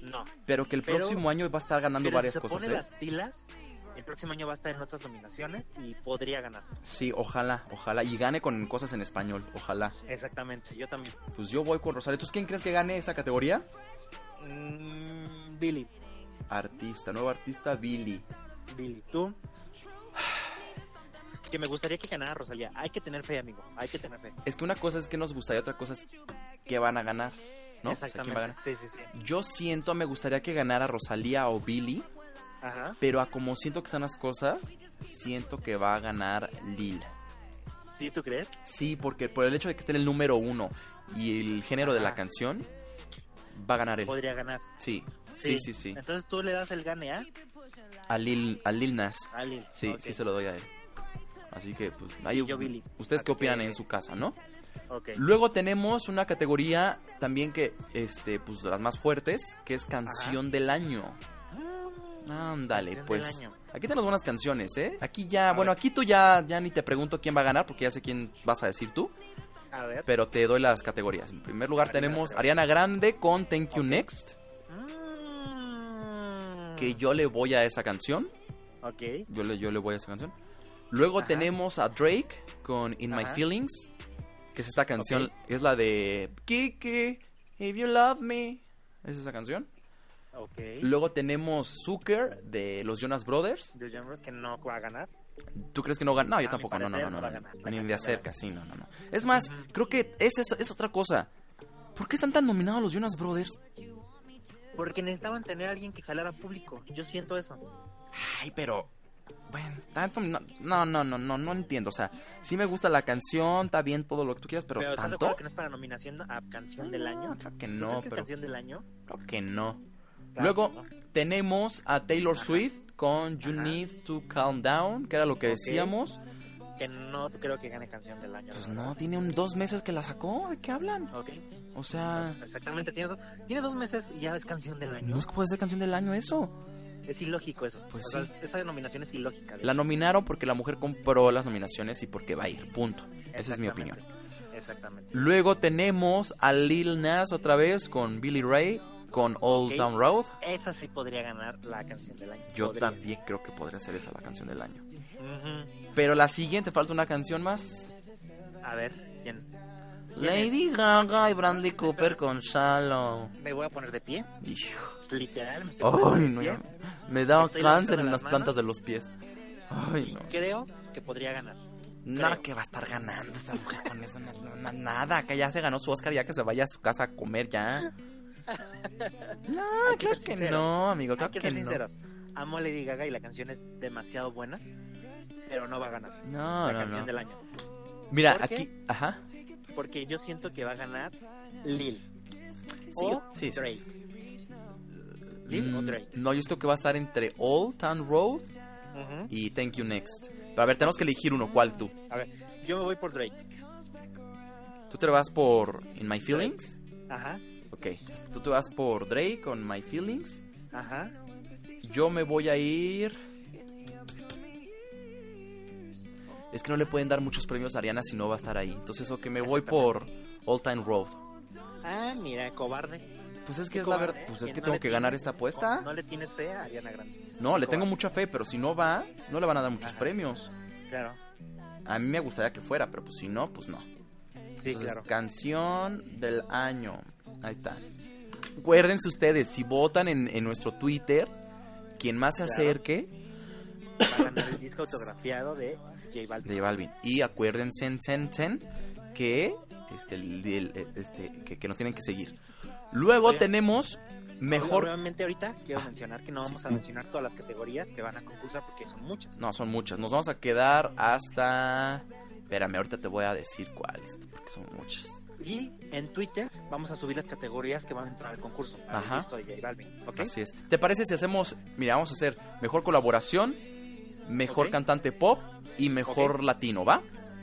[SPEAKER 5] No.
[SPEAKER 4] pero que el
[SPEAKER 5] Pero-
[SPEAKER 4] próximo año va a estar ganando
[SPEAKER 5] Pero
[SPEAKER 4] varias
[SPEAKER 5] si se
[SPEAKER 4] cosas,
[SPEAKER 5] pone
[SPEAKER 4] ¿eh?
[SPEAKER 5] las pilas, el próximo año va a estar en otras nominaciones y podría ganar.
[SPEAKER 4] Sí, ojalá, ojalá. Y gane con cosas en español, ojalá.
[SPEAKER 5] Exactamente, yo también.
[SPEAKER 4] Pues yo voy con Rosalía. ¿Tú quién crees que gane esa categoría?
[SPEAKER 5] Mm, Billy,
[SPEAKER 4] Artista, nuevo artista, Billy.
[SPEAKER 5] Billy, tú. Que me gustaría que ganara Rosalía. Hay que tener fe, amigo. Hay que tener fe.
[SPEAKER 4] Es que una cosa es que nos gusta y otra cosa es que van a ganar, ¿no? O sea, ¿quién va a
[SPEAKER 5] Exactamente.
[SPEAKER 4] ganar?
[SPEAKER 5] Sí, sí, sí.
[SPEAKER 4] Yo siento, me gustaría que ganara Rosalía o Billy,
[SPEAKER 5] Ajá.
[SPEAKER 4] pero a como siento que están las cosas, siento que va a ganar Lil.
[SPEAKER 5] ¿Sí, tú crees?
[SPEAKER 4] Sí, porque por el hecho de que esté en el número uno y el género de la
[SPEAKER 5] Ajá.
[SPEAKER 4] canción, va a ganar él.
[SPEAKER 5] Podría ganar.
[SPEAKER 4] Sí, sí, sí, sí.
[SPEAKER 5] Entonces tú le das el gane a
[SPEAKER 4] A Lil, a Lil Nas.
[SPEAKER 5] a Lil.
[SPEAKER 4] Sí,
[SPEAKER 5] Ok.
[SPEAKER 4] sí se lo doy a él. Así que, pues, ahí,
[SPEAKER 5] yo Billy.
[SPEAKER 4] ¿ustedes
[SPEAKER 5] Así
[SPEAKER 4] qué opinan
[SPEAKER 5] que-
[SPEAKER 4] en su casa, no?
[SPEAKER 5] Ok.
[SPEAKER 4] Luego tenemos una categoría también que, este, pues, de las más fuertes, que es canción del año. Ándale,
[SPEAKER 5] Canción
[SPEAKER 4] pues.
[SPEAKER 5] del año.
[SPEAKER 4] Aquí tenemos buenas canciones, ¿eh? Aquí ya,
[SPEAKER 5] A
[SPEAKER 4] bueno,
[SPEAKER 5] ver.
[SPEAKER 4] aquí tú ya, ya ni te pregunto quién va a ganar, porque ya sé quién vas a decir tú,
[SPEAKER 5] A ver.
[SPEAKER 4] pero te doy las categorías. En primer lugar
[SPEAKER 5] Vale,
[SPEAKER 4] tenemos
[SPEAKER 5] vale, vale.
[SPEAKER 4] Ariana Grande con Thank You Next,
[SPEAKER 5] Mm.
[SPEAKER 4] que yo le voy a esa canción.
[SPEAKER 5] Ok.
[SPEAKER 4] Yo le, yo le voy a esa canción. Luego
[SPEAKER 5] Ajá.
[SPEAKER 4] tenemos a Drake con In My
[SPEAKER 5] Ajá.
[SPEAKER 4] Feelings. que es esta canción, es la de Kiki, if you love me. Es esa canción.
[SPEAKER 5] Ok.
[SPEAKER 4] Luego tenemos Zucker de los Jonas Brothers.
[SPEAKER 5] Joe Jonas, que no va a ganar.
[SPEAKER 4] ¿Tú crees que no gana? No, yo
[SPEAKER 5] A
[SPEAKER 4] tampoco,
[SPEAKER 5] mi
[SPEAKER 4] no, no, no,
[SPEAKER 5] parecer,
[SPEAKER 4] no,
[SPEAKER 5] no va a
[SPEAKER 4] no.
[SPEAKER 5] ganar.
[SPEAKER 4] Ni
[SPEAKER 5] No
[SPEAKER 4] de
[SPEAKER 5] va a
[SPEAKER 4] acerca, sí, no, no, no. Es más, creo que es, es, es otra cosa. ¿Por qué están tan nominados los Jonas Brothers?
[SPEAKER 5] Porque necesitaban tener a alguien que jalara público. Yo siento eso.
[SPEAKER 4] Ay, pero. Bueno, tanto. No, no, no, no, no, no entiendo. O sea, sí me gusta la canción, está bien todo lo que tú quieras, pero,
[SPEAKER 5] Pero ¿estás de
[SPEAKER 4] tanto.
[SPEAKER 5] acuerdo que no es para nominación a canción del
[SPEAKER 4] No,
[SPEAKER 5] año?
[SPEAKER 4] Creo que
[SPEAKER 5] ¿Tú
[SPEAKER 4] no,
[SPEAKER 5] crees que es
[SPEAKER 4] pero.
[SPEAKER 5] canción del año?
[SPEAKER 4] Creo que no.
[SPEAKER 5] Claro,
[SPEAKER 4] Luego
[SPEAKER 5] ¿no?
[SPEAKER 4] tenemos a Taylor
[SPEAKER 5] Ajá.
[SPEAKER 4] Swift con You
[SPEAKER 5] Ajá.
[SPEAKER 4] Need to Calm Down, que era lo que
[SPEAKER 5] Ok.
[SPEAKER 4] decíamos.
[SPEAKER 5] Que no creo que gane canción del año.
[SPEAKER 4] Pues
[SPEAKER 5] la
[SPEAKER 4] no,
[SPEAKER 5] verdad.
[SPEAKER 4] tiene un, dos meses que la sacó. ¿De qué hablan?
[SPEAKER 5] Ok, pues,
[SPEAKER 4] O sea,
[SPEAKER 5] exactamente. Tiene dos, tiene dos meses y ya es canción del año.
[SPEAKER 4] Ah. no es que puede ser canción del año eso.
[SPEAKER 5] Es ilógico eso.
[SPEAKER 4] Pues
[SPEAKER 5] o sea,
[SPEAKER 4] sí.
[SPEAKER 5] esta denominación es ilógica. de
[SPEAKER 4] La
[SPEAKER 5] hecho.
[SPEAKER 4] nominaron porque la mujer compró las nominaciones y porque va a ir. Punto. Esa es mi opinión.
[SPEAKER 5] Exactamente, Exactamente.
[SPEAKER 4] Luego tenemos a Lil Nas otra vez con Billy Ray, con Old
[SPEAKER 5] Ok.
[SPEAKER 4] Town Road.
[SPEAKER 5] Esa sí podría ganar la canción del año.
[SPEAKER 4] Yo
[SPEAKER 5] Podría.
[SPEAKER 4] también creo que podría ser esa la canción del año.
[SPEAKER 5] Ujú.
[SPEAKER 4] Pero la siguiente, falta una canción más.
[SPEAKER 5] A ver, ¿quién? ¿Quién
[SPEAKER 4] Lady Gaga y Brandy Cooper con Shallow.
[SPEAKER 5] es? Me voy a poner de pie.
[SPEAKER 4] Hijo.
[SPEAKER 5] Literal, me estoy poniendo
[SPEAKER 4] Ay,
[SPEAKER 5] de
[SPEAKER 4] no,
[SPEAKER 5] pie.
[SPEAKER 4] ya me da
[SPEAKER 5] Estoy
[SPEAKER 4] cáncer
[SPEAKER 5] levantando
[SPEAKER 4] en
[SPEAKER 5] las
[SPEAKER 4] las plantas
[SPEAKER 5] manos.
[SPEAKER 4] de los pies. Ay, no.
[SPEAKER 5] Creo que podría ganar.
[SPEAKER 4] Nada
[SPEAKER 5] creo.
[SPEAKER 4] que va a estar ganando esa mujer con eso. na- na- na- nada, que ya se ganó su Oscar, ya que se vaya a su casa a comer ya. No,
[SPEAKER 5] Hay que
[SPEAKER 4] claro
[SPEAKER 5] ser
[SPEAKER 4] que
[SPEAKER 5] sinceros.
[SPEAKER 4] no, amigo,
[SPEAKER 5] Hay
[SPEAKER 4] claro
[SPEAKER 5] que
[SPEAKER 4] que,
[SPEAKER 5] ser
[SPEAKER 4] no.
[SPEAKER 5] sinceros. Amo a Lady Gaga y la canción es demasiado buena, pero no va a ganar
[SPEAKER 4] No,
[SPEAKER 5] la
[SPEAKER 4] no,
[SPEAKER 5] canción
[SPEAKER 4] no.
[SPEAKER 5] del año.
[SPEAKER 4] Mira,
[SPEAKER 5] ¿Por qué?
[SPEAKER 4] aquí, ajá.
[SPEAKER 5] Porque yo siento que va a ganar Lil.
[SPEAKER 4] Sí,
[SPEAKER 5] o
[SPEAKER 4] Oh, sí, sí, sí.
[SPEAKER 5] Drake. Lil o
[SPEAKER 4] Mm,
[SPEAKER 5] Drake.
[SPEAKER 4] No, yo esto que va a estar entre Old Town Road
[SPEAKER 5] Ujú.
[SPEAKER 4] y Thank You Next. Pero a ver, tenemos que elegir uno, ¿cuál tú?
[SPEAKER 5] A ver, yo me voy por Drake.
[SPEAKER 4] ¿Tú te vas por In My Feelings?
[SPEAKER 5] Ajá,
[SPEAKER 4] Ok. ¿Tú te vas por Drake con My Feelings?
[SPEAKER 5] ajá.
[SPEAKER 4] Yo me voy a ir... Es que no le pueden dar muchos premios a Ariana si no va a estar ahí. Entonces, ok, me voy por Old Time Road.
[SPEAKER 5] Ah, mira, cobarde.
[SPEAKER 4] Pues es que
[SPEAKER 5] Qué
[SPEAKER 4] es la
[SPEAKER 5] cobarde,
[SPEAKER 4] verdad.
[SPEAKER 5] ¿eh?
[SPEAKER 4] Pues es
[SPEAKER 5] Que
[SPEAKER 4] que
[SPEAKER 5] no
[SPEAKER 4] tengo
[SPEAKER 5] le
[SPEAKER 4] que ganar
[SPEAKER 5] tienes-
[SPEAKER 4] esta
[SPEAKER 5] No,
[SPEAKER 4] apuesta.
[SPEAKER 5] no le tienes fe a Ariana Grande.
[SPEAKER 4] No, le tengo
[SPEAKER 5] Cobarde.
[SPEAKER 4] mucha fe, pero si no va, no le van a dar muchos
[SPEAKER 5] Ajá.
[SPEAKER 4] premios.
[SPEAKER 5] Claro.
[SPEAKER 4] A mí me gustaría que fuera, pero pues si no, pues no.
[SPEAKER 5] Sí,
[SPEAKER 4] Entonces,
[SPEAKER 5] claro.
[SPEAKER 4] Canción del año. Ahí está. Acuérdense ustedes, si votan en, en nuestro Twitter, quien más se
[SPEAKER 5] Claro.
[SPEAKER 4] acerque,
[SPEAKER 5] Va a ganar el disco autografiado de J Balvin.
[SPEAKER 4] de Balvin. Y acuérdense, en que, este, el- el- el- este, que, que nos tienen que seguir. Luego
[SPEAKER 5] Oigan.
[SPEAKER 4] tenemos mejor...
[SPEAKER 5] Obviamente ahorita quiero mencionar que no
[SPEAKER 4] sí.
[SPEAKER 5] vamos a mencionar todas las categorías que van a concursar porque son muchas.
[SPEAKER 4] No, son muchas. Nos vamos a quedar hasta... Espérame, ahorita te voy a decir cuáles, porque son muchas.
[SPEAKER 5] Y en Twitter vamos a subir las categorías que van a entrar al concurso para
[SPEAKER 4] Ajá.
[SPEAKER 5] el disco de J Balvin. ¿Ok?
[SPEAKER 4] Así es. ¿Te parece si hacemos, mira, vamos a hacer mejor colaboración, mejor
[SPEAKER 5] Ok.
[SPEAKER 4] cantante pop y mejor latino, ¿va?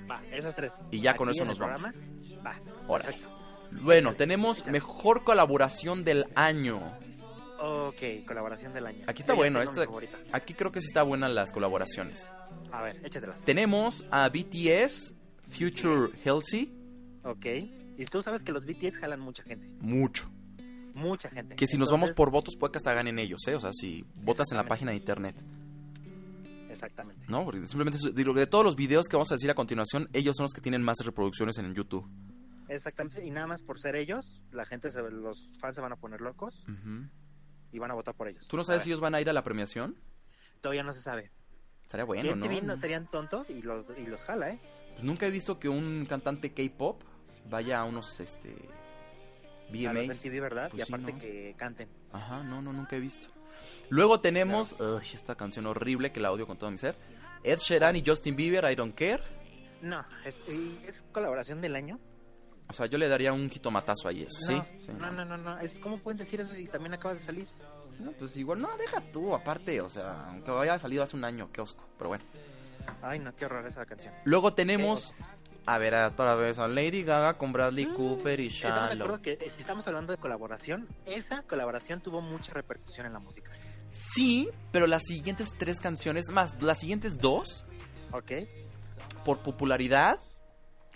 [SPEAKER 5] Va, esas tres.
[SPEAKER 4] Y ya con
[SPEAKER 5] Aquí
[SPEAKER 4] eso
[SPEAKER 5] en el
[SPEAKER 4] nos vamos.
[SPEAKER 5] programa, Va,
[SPEAKER 4] Órale.
[SPEAKER 5] perfecto.
[SPEAKER 4] Bueno,
[SPEAKER 5] Échale,
[SPEAKER 4] tenemos
[SPEAKER 5] échale.
[SPEAKER 4] mejor colaboración del año.
[SPEAKER 5] Ok, colaboración del año.
[SPEAKER 4] Aquí está
[SPEAKER 5] Yo ya
[SPEAKER 4] bueno,
[SPEAKER 5] tengo mi
[SPEAKER 4] esta-
[SPEAKER 5] favorita.
[SPEAKER 4] Aquí creo que sí está buenas las colaboraciones.
[SPEAKER 5] A ver, échatelas.
[SPEAKER 4] Tenemos a BTS, Future Healthy,
[SPEAKER 5] Ok. Y tú sabes que los BTS jalan mucha gente.
[SPEAKER 4] mucho.
[SPEAKER 5] Mucha gente.
[SPEAKER 4] Que si nos vamos
[SPEAKER 5] Entonces-
[SPEAKER 4] por votos puede que hasta ganen ellos, ¿eh? O sea, si votas en la
[SPEAKER 5] Exactamente.
[SPEAKER 4] página de internet,
[SPEAKER 5] Exactamente.
[SPEAKER 4] ¿no? Porque simplemente es- digo, de todos los videos que vamos a decir a continuación, ellos son los que tienen más reproducciones en YouTube.
[SPEAKER 5] Exactamente. Y nada más por ser ellos, la gente, se, los fans se van a poner locos
[SPEAKER 4] Ujú.
[SPEAKER 5] y van a votar por ellos.
[SPEAKER 4] ¿Tú no
[SPEAKER 5] A
[SPEAKER 4] sabes
[SPEAKER 5] ver,
[SPEAKER 4] si ellos van a ir a la premiación?
[SPEAKER 5] Todavía no se sabe.
[SPEAKER 4] Estaría
[SPEAKER 5] Que
[SPEAKER 4] bueno,
[SPEAKER 5] MTV no
[SPEAKER 4] ¿no?
[SPEAKER 5] estarían tontos y los, y los jala, ¿eh?
[SPEAKER 4] Pues nunca he visto que un cantante K-pop vaya a unos, este,
[SPEAKER 5] A los
[SPEAKER 4] VMAs.
[SPEAKER 5] MTV, ¿verdad?
[SPEAKER 4] Pues
[SPEAKER 5] y
[SPEAKER 4] sí,
[SPEAKER 5] aparte
[SPEAKER 4] ¿no?
[SPEAKER 5] que canten.
[SPEAKER 4] Ajá, no, no, nunca he visto. Luego tenemos ugh, esta canción horrible que la odio con todo mi ser. Ed Sheeran y Justin Bieber, I Don't Care.
[SPEAKER 5] No, es, y es colaboración del año.
[SPEAKER 4] O sea, yo le daría un jitomatazo ahí, eso, ¿sí?
[SPEAKER 5] No,
[SPEAKER 4] Sí,
[SPEAKER 5] no, no, no, no. Es, ¿Cómo pueden decir eso si también acabas de salir?
[SPEAKER 4] No, pues igual, no, deja tú, aparte, o sea, aunque haya salido hace un año, qué osco, pero bueno.
[SPEAKER 5] Ay, no, qué horror esa canción.
[SPEAKER 4] Luego tenemos, a ver, a otra vez a Lady Gaga con Bradley
[SPEAKER 5] Mm,
[SPEAKER 4] Cooper y
[SPEAKER 5] Estamos de
[SPEAKER 4] Shallow.
[SPEAKER 5] acuerdo que eh, si estamos hablando de colaboración, esa colaboración tuvo mucha repercusión en la música.
[SPEAKER 4] Sí, pero las siguientes tres canciones, más las siguientes dos,
[SPEAKER 5] ¿Ok?
[SPEAKER 4] por popularidad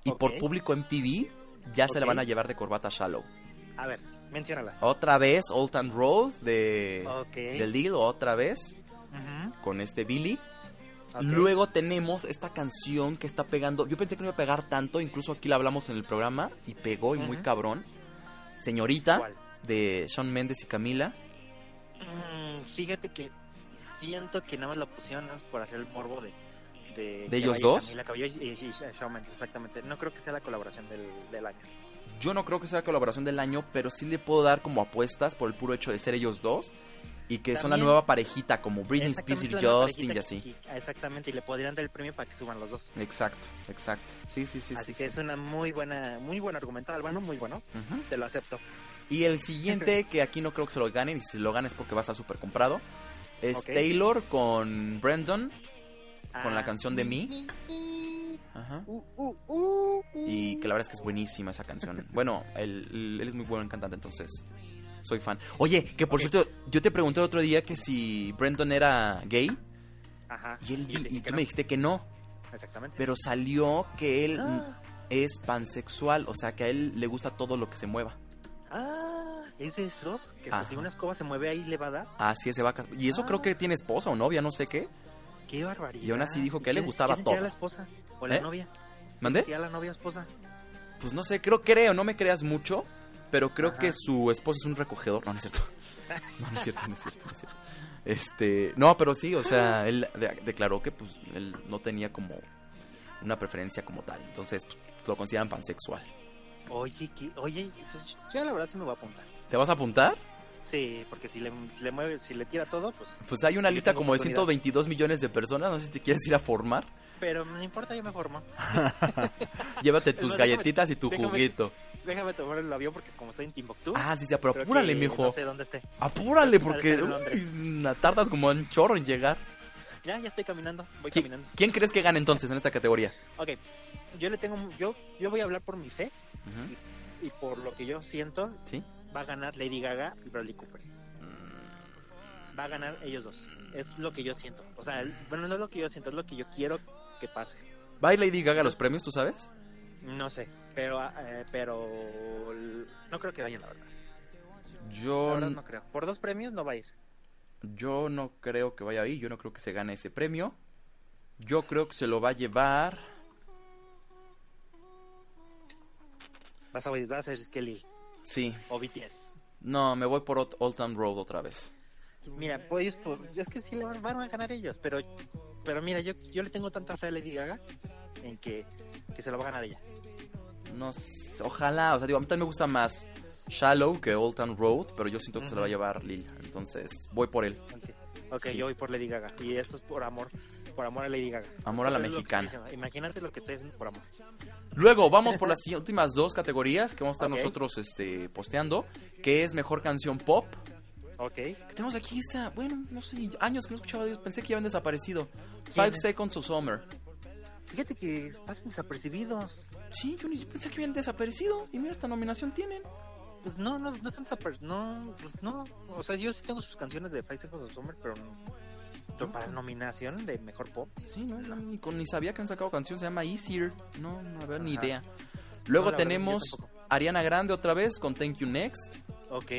[SPEAKER 4] y por
[SPEAKER 5] Ok.
[SPEAKER 4] público MTV, ya se la
[SPEAKER 5] Ok.
[SPEAKER 4] van a llevar de corbata a Shallow.
[SPEAKER 5] A ver, menciónalas.
[SPEAKER 4] Otra vez Old Town Road de,
[SPEAKER 5] Ok.
[SPEAKER 4] de Lil, otra vez
[SPEAKER 5] Ujú.
[SPEAKER 4] con este Billy.
[SPEAKER 5] Ok.
[SPEAKER 4] Luego tenemos esta canción que está pegando. Yo pensé que no iba a pegar tanto, incluso aquí la hablamos en el programa y pegó y muy
[SPEAKER 5] Ujú.
[SPEAKER 4] cabrón. Señorita
[SPEAKER 5] ¿Cuál?
[SPEAKER 4] de Sean Méndez y Camila.
[SPEAKER 5] Mm, fíjate que siento que nada más la pusieron nada más por hacer el morbo de. ¿De, que
[SPEAKER 4] ellos
[SPEAKER 5] vaya
[SPEAKER 4] dos?
[SPEAKER 5] Camila Cabello y, y- y Shawn Mendes, exactamente. No creo que sea la colaboración del, del año.
[SPEAKER 4] Yo no creo que sea la colaboración del año, pero sí le puedo dar como apuestas por el puro hecho de ser ellos dos y que son la
[SPEAKER 5] También-
[SPEAKER 4] nueva parejita como Britney Spears y
[SPEAKER 5] Exactamente, la misma
[SPEAKER 4] Justin y
[SPEAKER 5] parejita
[SPEAKER 4] así.
[SPEAKER 5] que- que- exactamente, y le podrían dar el premio para que suban los dos.
[SPEAKER 4] Exacto, exacto. Sí, sí, sí,
[SPEAKER 5] así
[SPEAKER 4] sí,
[SPEAKER 5] que
[SPEAKER 4] sí.
[SPEAKER 5] es una muy buena, muy buen argumental. Bueno, muy bueno,
[SPEAKER 4] Ujú.
[SPEAKER 5] te lo acepto.
[SPEAKER 4] Y el siguiente, que aquí no creo que se lo ganen, y si lo ganes porque va a estar súper comprado, es
[SPEAKER 5] Ok.
[SPEAKER 4] Taylor con Brandon, con la
[SPEAKER 5] Ah,
[SPEAKER 4] canción de mí. Ajá.
[SPEAKER 5] uh, uh, uh, uh.
[SPEAKER 4] Y que la verdad es que es buenísima esa canción. Bueno, él, él- él es muy buen cantante, entonces soy fan. Oye, que por cierto, yo te pregunté el otro día que si Brandon era gay,
[SPEAKER 5] Ajá.
[SPEAKER 4] y, él,
[SPEAKER 5] yo
[SPEAKER 4] di-
[SPEAKER 5] dije
[SPEAKER 4] y
[SPEAKER 5] que
[SPEAKER 4] tú
[SPEAKER 5] no,
[SPEAKER 4] me dijiste que no,
[SPEAKER 5] Exactamente.
[SPEAKER 4] pero salió que él
[SPEAKER 5] Ah,
[SPEAKER 4] es pansexual, o sea que a él le gusta todo lo que se mueva.
[SPEAKER 5] ah, es de esos que hasta
[SPEAKER 4] Ajá.
[SPEAKER 5] si una escoba se mueve ahí le va a dar.
[SPEAKER 4] Así es, se va a casar. Y
[SPEAKER 5] Ah.
[SPEAKER 4] eso creo que tiene esposa o novia, no sé qué.
[SPEAKER 5] Qué barbaridad.
[SPEAKER 4] Y aún así dijo que a él le
[SPEAKER 5] ¿Qué-
[SPEAKER 4] gustaba
[SPEAKER 5] qué sentirá
[SPEAKER 4] todo.
[SPEAKER 5] la esposa o la
[SPEAKER 4] ¿Eh?
[SPEAKER 5] novia?
[SPEAKER 4] ¿Mandé?
[SPEAKER 5] ¿Qué a la novia o esposa?
[SPEAKER 4] Pues no sé, creo, creo, no me creas mucho, pero creo
[SPEAKER 5] Ajá.
[SPEAKER 4] que su esposo es un recogedor. No, no es cierto. No, no es cierto, no es cierto, no es cierto. Este, no, pero sí, o sea, él de- declaró que pues él no tenía como una preferencia como tal. Entonces, pues, lo consideran pansexual.
[SPEAKER 5] Oye, que, oye, pues, yo la verdad sí me voy a apuntar.
[SPEAKER 4] ¿Te vas a apuntar?
[SPEAKER 5] Sí, porque si le, si le mueve, si le tira todo, pues.
[SPEAKER 4] Pues hay una
[SPEAKER 5] Yo
[SPEAKER 4] lista
[SPEAKER 5] tengo
[SPEAKER 4] como de
[SPEAKER 5] oportunidad.
[SPEAKER 4] 122 millones de personas, no sé si te quieres ir a formar.
[SPEAKER 5] Pero no importa, yo me formo.
[SPEAKER 4] Llévate
[SPEAKER 5] Es
[SPEAKER 4] tus
[SPEAKER 5] más, déjame-
[SPEAKER 4] galletitas y tu
[SPEAKER 5] déjame-
[SPEAKER 4] juguito.
[SPEAKER 5] Déjame tomar el avión porque como estoy en Timbuktu.
[SPEAKER 4] Ah, sí, sí, pero
[SPEAKER 5] creo que
[SPEAKER 4] apúrale, mijo.
[SPEAKER 5] No sé dónde esté.
[SPEAKER 4] Apúrale,
[SPEAKER 5] Creo que
[SPEAKER 4] porque
[SPEAKER 5] va a estar en
[SPEAKER 4] uy, na- tardas como un chorro en llegar.
[SPEAKER 5] Ya, ya estoy caminando. Voy
[SPEAKER 4] ¿Qui-
[SPEAKER 5] caminando.
[SPEAKER 4] ¿Quién crees que gane entonces en esta categoría?
[SPEAKER 5] Ok, yo le tengo. Yo, yo voy a hablar por mi fe
[SPEAKER 4] Ujú,
[SPEAKER 5] y por lo que yo siento.
[SPEAKER 4] ¿Sí?
[SPEAKER 5] Va a ganar Lady Gaga y Bradley Cooper. Va a ganar ellos dos. Es lo que yo siento. O sea, el- bueno, no es lo que yo siento, es lo que yo quiero que pase.
[SPEAKER 4] ¿Va y Lady Gaga a los premios, tú sabes?
[SPEAKER 5] No sé, pero eh, pero l- no creo que vayan, la verdad. La
[SPEAKER 4] Yo,
[SPEAKER 5] verdad
[SPEAKER 4] n-
[SPEAKER 5] no creo. Por dos premios no va a ir.
[SPEAKER 4] yo no creo que vaya ahí, yo no creo que se gane ese premio. Yo creo que se lo va a llevar.
[SPEAKER 5] Vas a oír, vas a ser Kelly
[SPEAKER 4] Sí,
[SPEAKER 5] o BTS.
[SPEAKER 4] no, me voy por Old- Old Town Road otra vez.
[SPEAKER 5] Mira, pues ellos, por- es que sí le van, van a ganar ellos, pero pero mira, yo yo le tengo tanta fe a Lady Gaga en que, que se lo va a ganar ella.
[SPEAKER 4] No, s- ojalá, o sea, digo, a mí también me gusta más Shallow que Old Town Road, pero yo siento que se lo va a llevar Lil, entonces voy por él.
[SPEAKER 5] Ok, Ok,
[SPEAKER 4] Sí.
[SPEAKER 5] yo voy por Lady Gaga y esto es por amor, por amor a Lady Gaga.
[SPEAKER 4] Amor a la
[SPEAKER 5] Es lo que
[SPEAKER 4] mexicana.
[SPEAKER 5] estoy diciendo, Imagínate lo que estoy haciendo por amor.
[SPEAKER 4] Luego vamos por las si- últimas dos categorías que vamos a estar
[SPEAKER 5] Ok.
[SPEAKER 4] nosotros este, posteando, que es mejor canción pop.
[SPEAKER 5] Ok.
[SPEAKER 4] Que tenemos aquí esta, bueno, no sé, años que no escuchaba de ellos, pensé que ya habían desaparecido.
[SPEAKER 5] ¿Quién
[SPEAKER 4] Five
[SPEAKER 5] es?
[SPEAKER 4] Seconds of Summer.
[SPEAKER 5] Fíjate que pasan desapercibidos.
[SPEAKER 4] Sí, yo ni yo pensé que habían desaparecido. Y mira, esta nominación tienen.
[SPEAKER 5] Pues no, no, no están desaper- no, pues no, o sea, yo sí tengo sus canciones de Five Seconds of Summer, pero, no- pero para nominación de mejor pop.
[SPEAKER 4] Sí, no, yo ni, con- ni sabía que han sacado canción, se llama Easier. No, no había ni
[SPEAKER 5] Ajá.
[SPEAKER 4] idea. Luego
[SPEAKER 5] No, la verdad,
[SPEAKER 4] tenemos
[SPEAKER 5] yo tampoco.
[SPEAKER 4] Ariana Grande otra vez con Thank You Next.
[SPEAKER 5] Ok.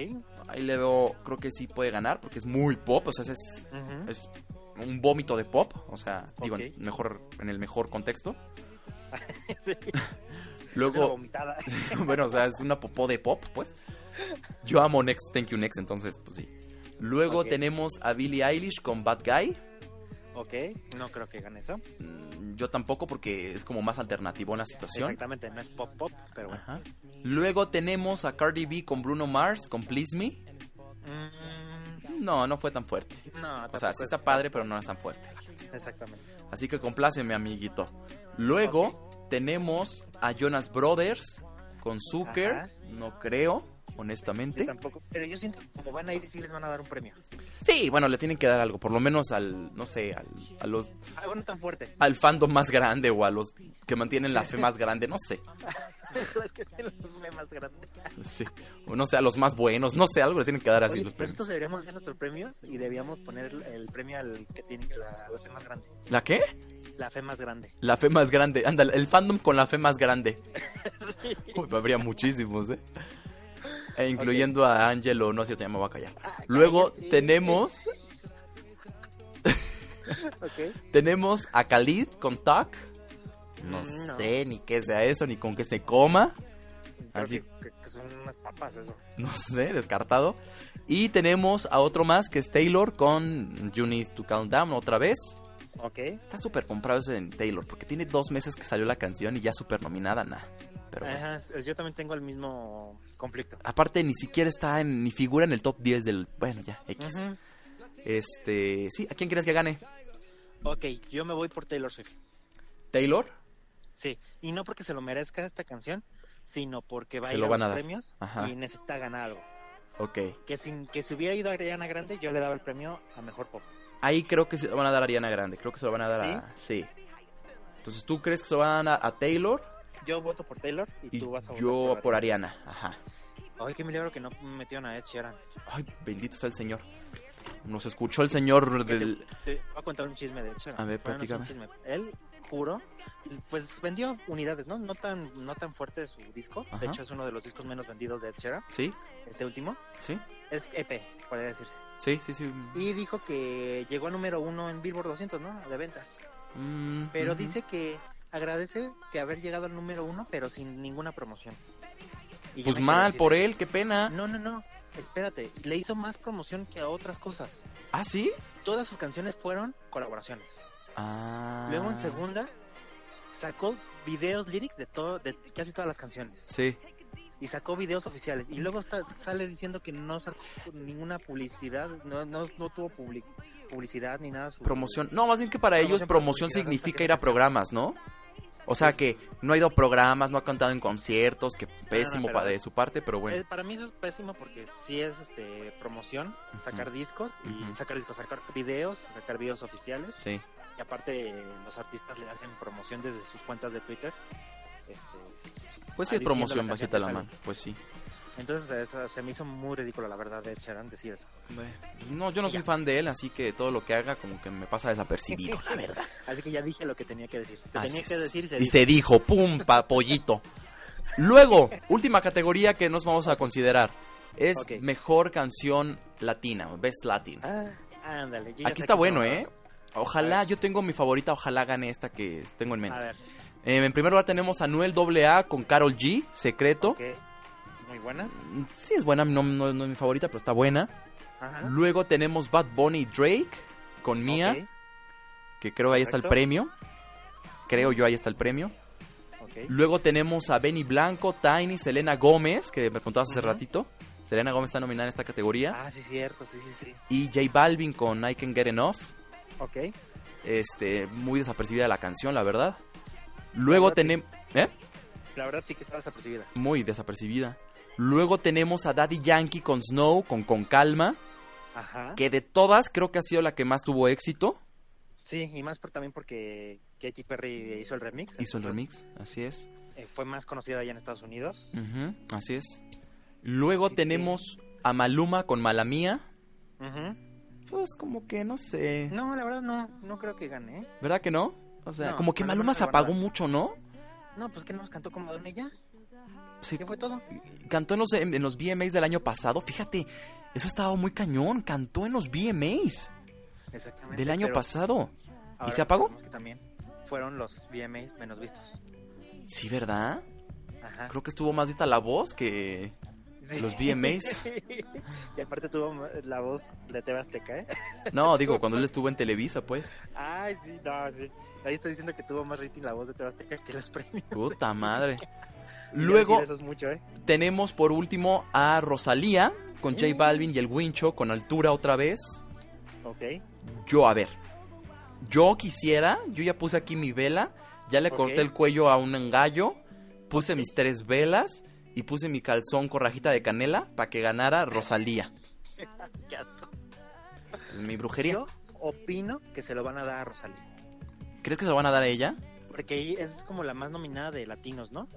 [SPEAKER 4] Ahí le veo, creo que sí puede ganar porque es muy pop, o sea, es,
[SPEAKER 5] ujú,
[SPEAKER 4] es un vómito de pop, o sea, digo, en,
[SPEAKER 5] Ok.
[SPEAKER 4] mejor, en el mejor contexto.
[SPEAKER 5] sí, es una
[SPEAKER 4] Luego,
[SPEAKER 5] vomitada.
[SPEAKER 4] bueno, o sea, es una popó de pop, pues. Yo amo Next, Thank You Next, entonces, pues sí. Luego
[SPEAKER 5] Ok.
[SPEAKER 4] tenemos a Billie Eilish con Bad Guy.
[SPEAKER 5] ok, no creo que gane eso.
[SPEAKER 4] Mm, Yo tampoco porque es como más alternativo la situación.
[SPEAKER 5] Exactamente, no es pop pop, pero bueno.
[SPEAKER 4] Ajá. Luego tenemos a Cardi B con Bruno Mars con Please Me.
[SPEAKER 5] Mm,
[SPEAKER 4] No, no fue tan fuerte.
[SPEAKER 5] no,
[SPEAKER 4] O sea,
[SPEAKER 5] tampoco
[SPEAKER 4] sí
[SPEAKER 5] es-
[SPEAKER 4] está padre, pero no es tan fuerte.
[SPEAKER 5] Exactamente.
[SPEAKER 4] Así que compláceme, amiguito. Luego tenemos a Jonas Brothers con Zucker.
[SPEAKER 5] Ajá.
[SPEAKER 4] No creo,
[SPEAKER 5] Yo
[SPEAKER 4] honestamente.
[SPEAKER 5] tampoco, pero yo siento que como van a ir sí les van a dar un premio.
[SPEAKER 4] Sí, bueno, le tienen que dar algo. Por lo menos al, no sé, al, a los,
[SPEAKER 5] Algo no Ah, tan fuerte.
[SPEAKER 4] al fandom más grande o a los que mantienen la fe más grande. No sé.
[SPEAKER 5] Los que se los ve más grandes.
[SPEAKER 4] Sí. O no sé, a los más buenos. No sé, algo le tienen que dar así
[SPEAKER 5] Oye,
[SPEAKER 4] los premios.
[SPEAKER 5] nosotros deberíamos hacer nuestros premios y deberíamos poner el, el premio al que tiene la, la fe más grande.
[SPEAKER 4] ¿La qué?
[SPEAKER 5] La fe más grande.
[SPEAKER 4] La fe más grande. Ándale, el fandom con la fe más grande. Uy, habría muchísimos, ¿eh? E incluyendo a Angelo,
[SPEAKER 5] Ah,
[SPEAKER 4] no sé, ya me voy a callar. Luego tenemos
[SPEAKER 5] Ok.
[SPEAKER 4] Tenemos a Khalid con Tuck. No,
[SPEAKER 5] Mm, No.
[SPEAKER 4] sé ni qué sea eso, ni con qué se coma. Así.
[SPEAKER 5] Así. Que, que son unas papas eso.
[SPEAKER 4] No sé, descartado. Y tenemos a otro más que es Taylor con You Need to Calm Down otra vez.
[SPEAKER 5] Ok.
[SPEAKER 4] Está súper comprado ese en Taylor porque tiene dos meses que salió la canción y ya súper nominada, nada. Pero bueno.
[SPEAKER 5] Ajá, es- yo también tengo el mismo conflicto.
[SPEAKER 4] aparte ni siquiera está en, ni figura en el top 10 del. Bueno, ya, X.
[SPEAKER 5] Ujú.
[SPEAKER 4] Este, sí, ¿a quién crees que gane?
[SPEAKER 5] Ok, yo me voy por Taylor Swift.
[SPEAKER 4] ¿Taylor?
[SPEAKER 5] Sí, y no porque se lo merezca esta canción, sino porque va a
[SPEAKER 4] Se
[SPEAKER 5] ir
[SPEAKER 4] lo
[SPEAKER 5] a
[SPEAKER 4] van a
[SPEAKER 5] los
[SPEAKER 4] dar.
[SPEAKER 5] premios
[SPEAKER 4] Ajá.
[SPEAKER 5] y necesita ganar algo.
[SPEAKER 4] Ok.
[SPEAKER 5] Que, sin, que si hubiera ido a Ariana Grande, yo le daba el premio a Mejor Pop.
[SPEAKER 4] Ahí creo que se lo van a dar a Ariana Grande. Creo que se lo van a dar a. Sí. Entonces, ¿tú crees que se lo van a dar a Taylor?
[SPEAKER 5] Yo voto por Taylor y,
[SPEAKER 4] Y
[SPEAKER 5] tú vas a votar
[SPEAKER 4] yo por
[SPEAKER 5] Ariana.
[SPEAKER 4] Ariana. Ajá.
[SPEAKER 5] Ay, qué milagro que no metieron a Ed Sheeran.
[SPEAKER 4] Ay, bendito sea el Señor. Nos escuchó el Señor del.
[SPEAKER 5] Te voy a contar un chisme de Ed Sheeran.
[SPEAKER 4] A ver,
[SPEAKER 5] Bueno, no es un
[SPEAKER 4] platícame.
[SPEAKER 5] chisme. Él, juro, pues vendió unidades, ¿no? No tan, no tan fuerte su disco.
[SPEAKER 4] Ajá.
[SPEAKER 5] De hecho, es uno de los discos menos vendidos de Ed Sheeran,
[SPEAKER 4] ¿Sí?
[SPEAKER 5] este último.
[SPEAKER 4] ¿Sí?
[SPEAKER 5] Es EP, podría decirse.
[SPEAKER 4] Sí, sí, sí.
[SPEAKER 5] Y dijo que llegó a número uno en Billboard 200, ¿no? De ventas.
[SPEAKER 4] Mm,
[SPEAKER 5] Pero
[SPEAKER 4] ujú.
[SPEAKER 5] dice que agradece que haber llegado al número uno, pero sin ninguna promoción. Y yo
[SPEAKER 4] Pues
[SPEAKER 5] me quedo
[SPEAKER 4] mal
[SPEAKER 5] así de-
[SPEAKER 4] por él, qué pena.
[SPEAKER 5] No, no, no. Espérate. Le hizo más promoción que a otras cosas.
[SPEAKER 4] ¿Ah, sí?
[SPEAKER 5] Todas sus canciones fueron colaboraciones.
[SPEAKER 4] Ah.
[SPEAKER 5] Luego en segunda sacó videos lyrics de todo, de casi todas las canciones.
[SPEAKER 4] Sí.
[SPEAKER 5] Y sacó videos oficiales. Y luego está- sale diciendo que no sacó ninguna publicidad, no, no, no tuvo public- publicidad ni nada. su-
[SPEAKER 4] Promoción. No, más bien que para
[SPEAKER 5] Promoción
[SPEAKER 4] ellos promoción
[SPEAKER 5] publicidad,
[SPEAKER 4] significa
[SPEAKER 5] hasta que
[SPEAKER 4] ir a
[SPEAKER 5] se cansa.
[SPEAKER 4] programas, ¿no? O sea que no ha ido a programas, no ha cantado en conciertos, que pésimo
[SPEAKER 5] Ah, pero
[SPEAKER 4] pa- de
[SPEAKER 5] es-
[SPEAKER 4] su parte, pero bueno.
[SPEAKER 5] Eh, para mí eso es pésimo porque sí es este, promoción, sacar discos, y
[SPEAKER 4] Ujú.
[SPEAKER 5] sacar discos, sacar videos, sacar videos oficiales.
[SPEAKER 4] Sí.
[SPEAKER 5] Y aparte eh, los artistas le hacen promoción desde sus cuentas de Twitter. Este,
[SPEAKER 4] Pues sí, es
[SPEAKER 5] Ahí diciendo
[SPEAKER 4] promoción
[SPEAKER 5] la
[SPEAKER 4] bajita
[SPEAKER 5] canción que
[SPEAKER 4] la
[SPEAKER 5] sale.
[SPEAKER 4] mano. Pues sí.
[SPEAKER 5] entonces eso se me hizo muy ridículo la verdad de Ed Sheeran decir eso.
[SPEAKER 4] Pues no, yo no soy fan de él, así que todo lo que haga como que me pasa desapercibido, la verdad.
[SPEAKER 5] Así que ya dije lo que tenía que decir. Se
[SPEAKER 4] Así
[SPEAKER 5] tenía que
[SPEAKER 4] es.
[SPEAKER 5] decir y se
[SPEAKER 4] y
[SPEAKER 5] dijo.
[SPEAKER 4] se dijo, pum, pa, pollito. Luego, última categoría que nos vamos a considerar. Es
[SPEAKER 5] Ok.
[SPEAKER 4] mejor canción latina, best latin.
[SPEAKER 5] Ah, ándale. yo ya
[SPEAKER 4] Aquí
[SPEAKER 5] sé
[SPEAKER 4] está
[SPEAKER 5] cómo
[SPEAKER 4] bueno,
[SPEAKER 5] va.
[SPEAKER 4] ¿eh? Ojalá,
[SPEAKER 5] ver.
[SPEAKER 4] yo tengo mi favorita, ojalá gane esta que tengo en
[SPEAKER 5] A
[SPEAKER 4] mente.
[SPEAKER 5] ver.
[SPEAKER 4] Eh, en primer lugar tenemos a Noel AA con Carol G, Secreto.
[SPEAKER 5] ok. Muy buena.
[SPEAKER 4] Mm, Sí, es buena, no, no- no es mi favorita, pero está buena.
[SPEAKER 5] Ajá.
[SPEAKER 4] Luego tenemos Bad Bunny y Drake con Mia, que creo ahí está el
[SPEAKER 5] Correcto.
[SPEAKER 4] premio. Creo yo ahí está el premio.
[SPEAKER 5] Ok. okay.
[SPEAKER 4] Luego tenemos a Benny Blanco, Tiny, Selena Gómez, que me preguntabas hace
[SPEAKER 5] Ujú.
[SPEAKER 4] ratito. Selena Gómez está nominada en esta categoría.
[SPEAKER 5] Ah, sí, cierto. Sí, sí, sí.
[SPEAKER 4] Y J Balvin con I Can Get Enough.
[SPEAKER 5] Ok.
[SPEAKER 4] Este, muy desapercibida la canción, la verdad. Luego
[SPEAKER 5] La verdad,
[SPEAKER 4] tenemos... ¿Eh?
[SPEAKER 5] La verdad sí que está desapercibida.
[SPEAKER 4] Muy desapercibida. Luego tenemos a Daddy Yankee con Snow, con Con Calma,
[SPEAKER 5] Ajá.
[SPEAKER 4] que de todas creo que ha sido la que más tuvo éxito.
[SPEAKER 5] Sí, y más por, también porque Katy Perry hizo el remix.
[SPEAKER 4] Hizo el
[SPEAKER 5] entonces,
[SPEAKER 4] remix, así es.
[SPEAKER 5] eh, fue más conocida allá en Estados Unidos.
[SPEAKER 4] Ujú, así es. Luego
[SPEAKER 5] Así que-
[SPEAKER 4] tenemos a Maluma con Malamía.
[SPEAKER 5] Ujú.
[SPEAKER 4] Pues como que no sé.
[SPEAKER 5] No, la verdad no, no creo que gane. ¿eh?
[SPEAKER 4] ¿Verdad que no? O sea,
[SPEAKER 5] No,
[SPEAKER 4] como que
[SPEAKER 5] Maluma
[SPEAKER 4] Maluma se
[SPEAKER 5] no ganó
[SPEAKER 4] apagó
[SPEAKER 5] nada.
[SPEAKER 4] mucho, ¿no?
[SPEAKER 5] No, pues que nos cantó como Madonna y ya.
[SPEAKER 4] Se
[SPEAKER 5] ¿Qué fue todo?
[SPEAKER 4] cantó en los, en los VMAs del año pasado. Fíjate, eso estaba muy cañón. Cantó en los VMAs
[SPEAKER 5] Exactamente.
[SPEAKER 4] del año
[SPEAKER 5] pero
[SPEAKER 4] pasado.
[SPEAKER 5] ahora
[SPEAKER 4] se apagó?
[SPEAKER 5] recordemos que también fueron los VMAs menos vistos.
[SPEAKER 4] Sí, ¿verdad?
[SPEAKER 5] Ajá.
[SPEAKER 4] Creo que estuvo más vista la voz que...
[SPEAKER 5] Sí.
[SPEAKER 4] los VMAs.
[SPEAKER 5] y aparte tuvo la voz de Teba Azteca, ¿eh?
[SPEAKER 4] No, digo, cuando él estuvo en Televisa, pues.
[SPEAKER 5] Ay, sí, no, sí. Ahí está diciendo que tuvo más rating la voz de Teba Azteca que los premios.
[SPEAKER 4] Puta madre.
[SPEAKER 5] Quiero
[SPEAKER 4] Luego
[SPEAKER 5] decir, Eso es mucho, ¿eh?
[SPEAKER 4] tenemos por último a Rosalía con J Balvin y el Wincho con altura otra vez.
[SPEAKER 5] Ok.
[SPEAKER 4] Yo, a ver. Yo quisiera, yo ya puse aquí mi vela, ya le
[SPEAKER 5] Ok.
[SPEAKER 4] corté el cuello a un gallo, puse mis tres velas y puse mi calzón con rajita de canela para que ganara Rosalía.
[SPEAKER 5] Qué asco.
[SPEAKER 4] Es mi brujería.
[SPEAKER 5] Yo opino que se lo van a dar a Rosalía.
[SPEAKER 4] ¿Crees que se lo van a dar a ella?
[SPEAKER 5] Porque ella es como la más nominada de latinos, ¿no?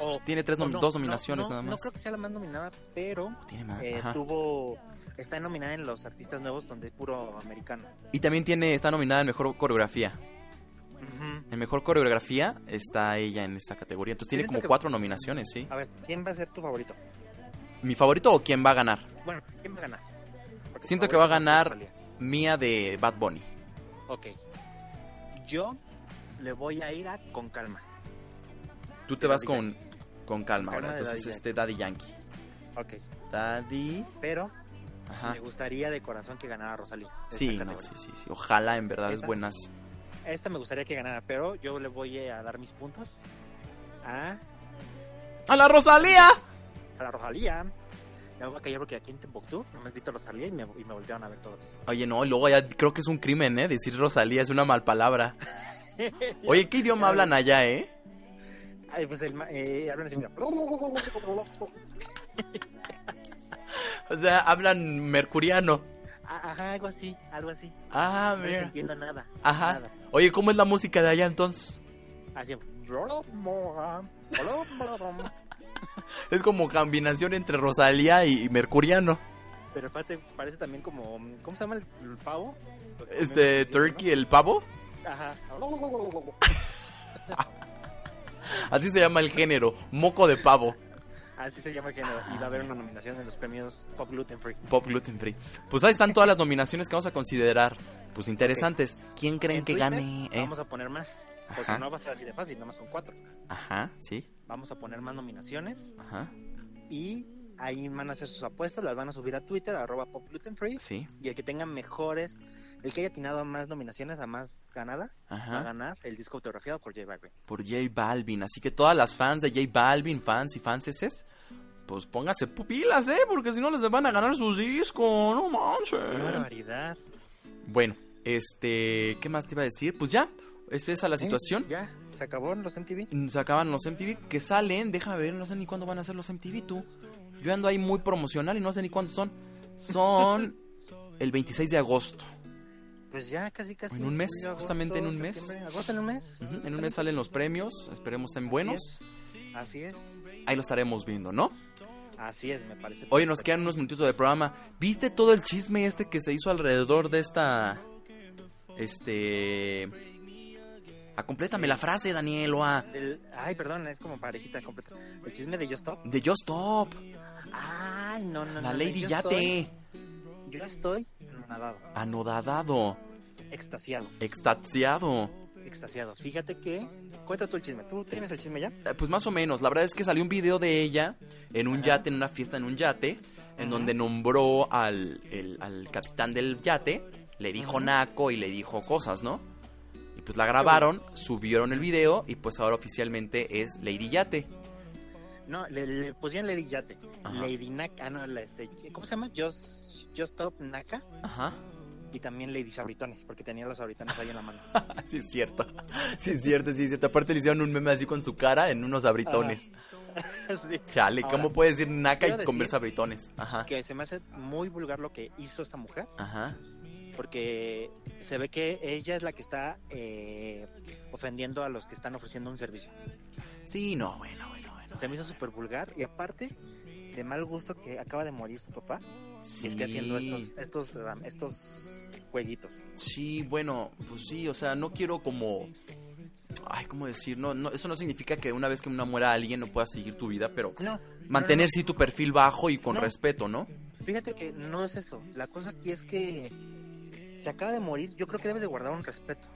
[SPEAKER 5] O-
[SPEAKER 4] Tiene tres
[SPEAKER 5] O
[SPEAKER 4] nom-
[SPEAKER 5] no,
[SPEAKER 4] dos
[SPEAKER 5] no,
[SPEAKER 4] nominaciones
[SPEAKER 5] no,
[SPEAKER 4] nada
[SPEAKER 5] No
[SPEAKER 4] más.
[SPEAKER 5] creo que sea la más nominada, pero
[SPEAKER 4] Tiene más,
[SPEAKER 5] eh,
[SPEAKER 4] ajá.
[SPEAKER 5] tuvo. Está nominada en los artistas nuevos donde es puro americano.
[SPEAKER 4] Y también tiene, está nominada en mejor coreografía.
[SPEAKER 5] Ujú.
[SPEAKER 4] En mejor coreografía está ella en esta categoría. Entonces tiene
[SPEAKER 5] Siento
[SPEAKER 4] como
[SPEAKER 5] que-
[SPEAKER 4] cuatro nominaciones, sí.
[SPEAKER 5] A ver, ¿quién va a ser tu favorito?
[SPEAKER 4] ¿Mi favorito o quién va a ganar?
[SPEAKER 5] Bueno, ¿quién va a ganar? Porque
[SPEAKER 4] Siento
[SPEAKER 5] tu
[SPEAKER 4] que va a
[SPEAKER 5] favorito
[SPEAKER 4] ganar-
[SPEAKER 5] Rosalía.
[SPEAKER 4] Mía de Bad Bunny.
[SPEAKER 5] Ok. Yo le voy a ir a con calma.
[SPEAKER 4] Tú te
[SPEAKER 5] Daddy
[SPEAKER 4] vas con, con calma
[SPEAKER 5] Con
[SPEAKER 4] ahora.
[SPEAKER 5] calma de
[SPEAKER 4] Entonces,
[SPEAKER 5] Daddy
[SPEAKER 4] este Daddy Yankee.
[SPEAKER 5] Ok.
[SPEAKER 4] Daddy.
[SPEAKER 5] Pero
[SPEAKER 4] Ajá.
[SPEAKER 5] me gustaría de corazón que ganara Rosalía. esta
[SPEAKER 4] Sí, no,
[SPEAKER 5] categoría.
[SPEAKER 4] sí, sí, sí. Ojalá en verdad es
[SPEAKER 5] ¿Esta?
[SPEAKER 4] buenas.
[SPEAKER 5] Esta me gustaría que ganara, pero yo le voy a dar mis puntos a,
[SPEAKER 4] ¡A la Rosalía!
[SPEAKER 5] a la Rosalía. Me voy a callar porque aquí en Timbuktu no me grito Rosalía y me, y me voltearon a ver todos.
[SPEAKER 4] Oye, no, y luego ya creo que es un crimen, ¿eh? Decir Rosalía es una mal palabra. Oye, ¿qué idioma hablan allá, eh?
[SPEAKER 5] Ay, pues el, ma- eh, hablan así, mira.
[SPEAKER 4] O sea, hablan mercuriano.
[SPEAKER 5] A- Ah, Ajá, algo así, algo así.
[SPEAKER 4] Ah,
[SPEAKER 5] No les
[SPEAKER 4] mira.
[SPEAKER 5] entiendo nada.
[SPEAKER 4] Ajá.
[SPEAKER 5] Nada.
[SPEAKER 4] Oye, ¿cómo es la música de allá entonces?
[SPEAKER 5] Así.
[SPEAKER 4] Es como combinación entre Rosalía y y mercuriano.
[SPEAKER 5] Pero aparte parece también como... ¿Cómo se llama el, el pavo? Lo que
[SPEAKER 4] Este,
[SPEAKER 5] comemos, ¿no?
[SPEAKER 4] Turkey, el pavo.
[SPEAKER 5] Ajá.
[SPEAKER 4] Así se llama el género, moco de pavo,
[SPEAKER 5] Así se llama el género. Y va a haber una nominación en los premios Pop Gluten Free.
[SPEAKER 4] pop gluten free. Pues ahí están todas las nominaciones que vamos a considerar. Pues interesantes. ¿Quién creen
[SPEAKER 5] En
[SPEAKER 4] que
[SPEAKER 5] Twitter
[SPEAKER 4] gane? eh?
[SPEAKER 5] Vamos a poner más. Porque
[SPEAKER 4] Ajá.
[SPEAKER 5] no va a ser así de fácil, nada más con cuatro.
[SPEAKER 4] Ajá, sí.
[SPEAKER 5] Vamos a poner más nominaciones.
[SPEAKER 4] Ajá,
[SPEAKER 5] Y ahí van a hacer sus apuestas. Las van a subir a Twitter, arroba Pop Gluten Free.
[SPEAKER 4] sí.
[SPEAKER 5] Y el que tenga mejores, el que haya atinado a más nominaciones, a más ganadas,
[SPEAKER 4] Ajá.
[SPEAKER 5] va a ganar el disco autografiado por J Balvin.
[SPEAKER 4] por J Balvin. Así que todas las fans de J Balvin, fans y fanses, pues pónganse pupilas, ¿eh? Porque si no les van a ganar sus discos, no
[SPEAKER 5] ¡Qué
[SPEAKER 4] manches.
[SPEAKER 5] barbaridad!
[SPEAKER 4] Bueno, este, ¿qué más te iba a decir? Pues ya, es esa la situación.
[SPEAKER 5] Eh, Ya, se acabó en los MTV.
[SPEAKER 4] Se acaban los MTV, que salen, deja ver, no sé ni cuándo van a ser los MTV, tú. Yo ando ahí muy promocional y no sé ni cuántos son. Son el 26 de agosto.
[SPEAKER 5] Pues ya, casi, casi.
[SPEAKER 4] En un mes,
[SPEAKER 5] julio,
[SPEAKER 4] justamente en un mes.
[SPEAKER 5] septiembre, ¿Agosto en un mes?
[SPEAKER 4] Ujú, En un mes salen los premios, esperemos estén buenos.
[SPEAKER 5] Así es,
[SPEAKER 4] Ahí lo estaremos viendo, ¿no?
[SPEAKER 5] así es, me parece.
[SPEAKER 4] Oye, nos quedan unos minutitos de programa. ¿Viste todo el chisme este que se hizo alrededor de esta. Este. Ah, complétame la frase, Daniel, o ah,
[SPEAKER 5] Del- Ay, perdón, es como parejita completa. El chisme de Yo Stop.
[SPEAKER 4] De Just Stop,
[SPEAKER 5] Ay, no, no, no.
[SPEAKER 4] la
[SPEAKER 5] no,
[SPEAKER 4] Lady
[SPEAKER 5] yo estoy-
[SPEAKER 4] Yate.
[SPEAKER 5] yo estoy nadado,
[SPEAKER 4] Anodadado,
[SPEAKER 5] extasiado,
[SPEAKER 4] extasiado.
[SPEAKER 5] extasiado. Fíjate que. Cuenta tú el chisme. ¿Tú tienes el chisme ya?
[SPEAKER 4] Eh, Pues más o menos, la verdad es que salió un video de ella en un
[SPEAKER 5] Ajá.
[SPEAKER 4] yate, en una fiesta en un yate, en donde nombró al, el- al capitán del yate, le dijo
[SPEAKER 5] Ujú.
[SPEAKER 4] naco y le dijo cosas, ¿no? Y pues la grabaron, subieron el video y pues ahora oficialmente es Lady Yate.
[SPEAKER 5] No, le, le pusieron Lady Yate.
[SPEAKER 4] Ajá.
[SPEAKER 5] Lady Naka. Ah, no, la, este, ¿cómo se llama? Yo, yo Stop Naka.
[SPEAKER 4] Ajá,
[SPEAKER 5] Y también Lady Sabritones, porque tenía los sabritones ahí en la mano.
[SPEAKER 4] sí es cierto, sí es cierto, sí es cierto. Aparte le hicieron un meme así con su cara en unos abritones. Ah,
[SPEAKER 5] Sí.
[SPEAKER 4] Chale,
[SPEAKER 5] Ahora,
[SPEAKER 4] ¿cómo puede decir naca
[SPEAKER 5] quiero
[SPEAKER 4] y comer
[SPEAKER 5] decir
[SPEAKER 4] sabritones? Ajá,
[SPEAKER 5] Que se me hace muy vulgar lo que hizo esta mujer,
[SPEAKER 4] ajá,
[SPEAKER 5] porque se ve que ella es la que está eh, ofendiendo a los que están ofreciendo un servicio.
[SPEAKER 4] sí, no, bueno, bueno, bueno.
[SPEAKER 5] Se me hizo súper vulgar y aparte de mal gusto que acaba de morir su papá y
[SPEAKER 4] Sí.
[SPEAKER 5] esté haciendo estos estos um, estos jueguitos.
[SPEAKER 4] Sí, bueno, pues sí, o sea, no quiero como... Ay, ¿cómo decir? No, no, eso no significa que una vez que una muera alguien no puedas seguir tu vida, pero
[SPEAKER 5] No,
[SPEAKER 4] mantener
[SPEAKER 5] no,
[SPEAKER 4] sí tu perfil bajo y con
[SPEAKER 5] No.
[SPEAKER 4] respeto, ¿no?
[SPEAKER 5] no, fíjate que no es eso. La cosa aquí es que se acaba de morir. Yo creo que debe de guardar un respeto,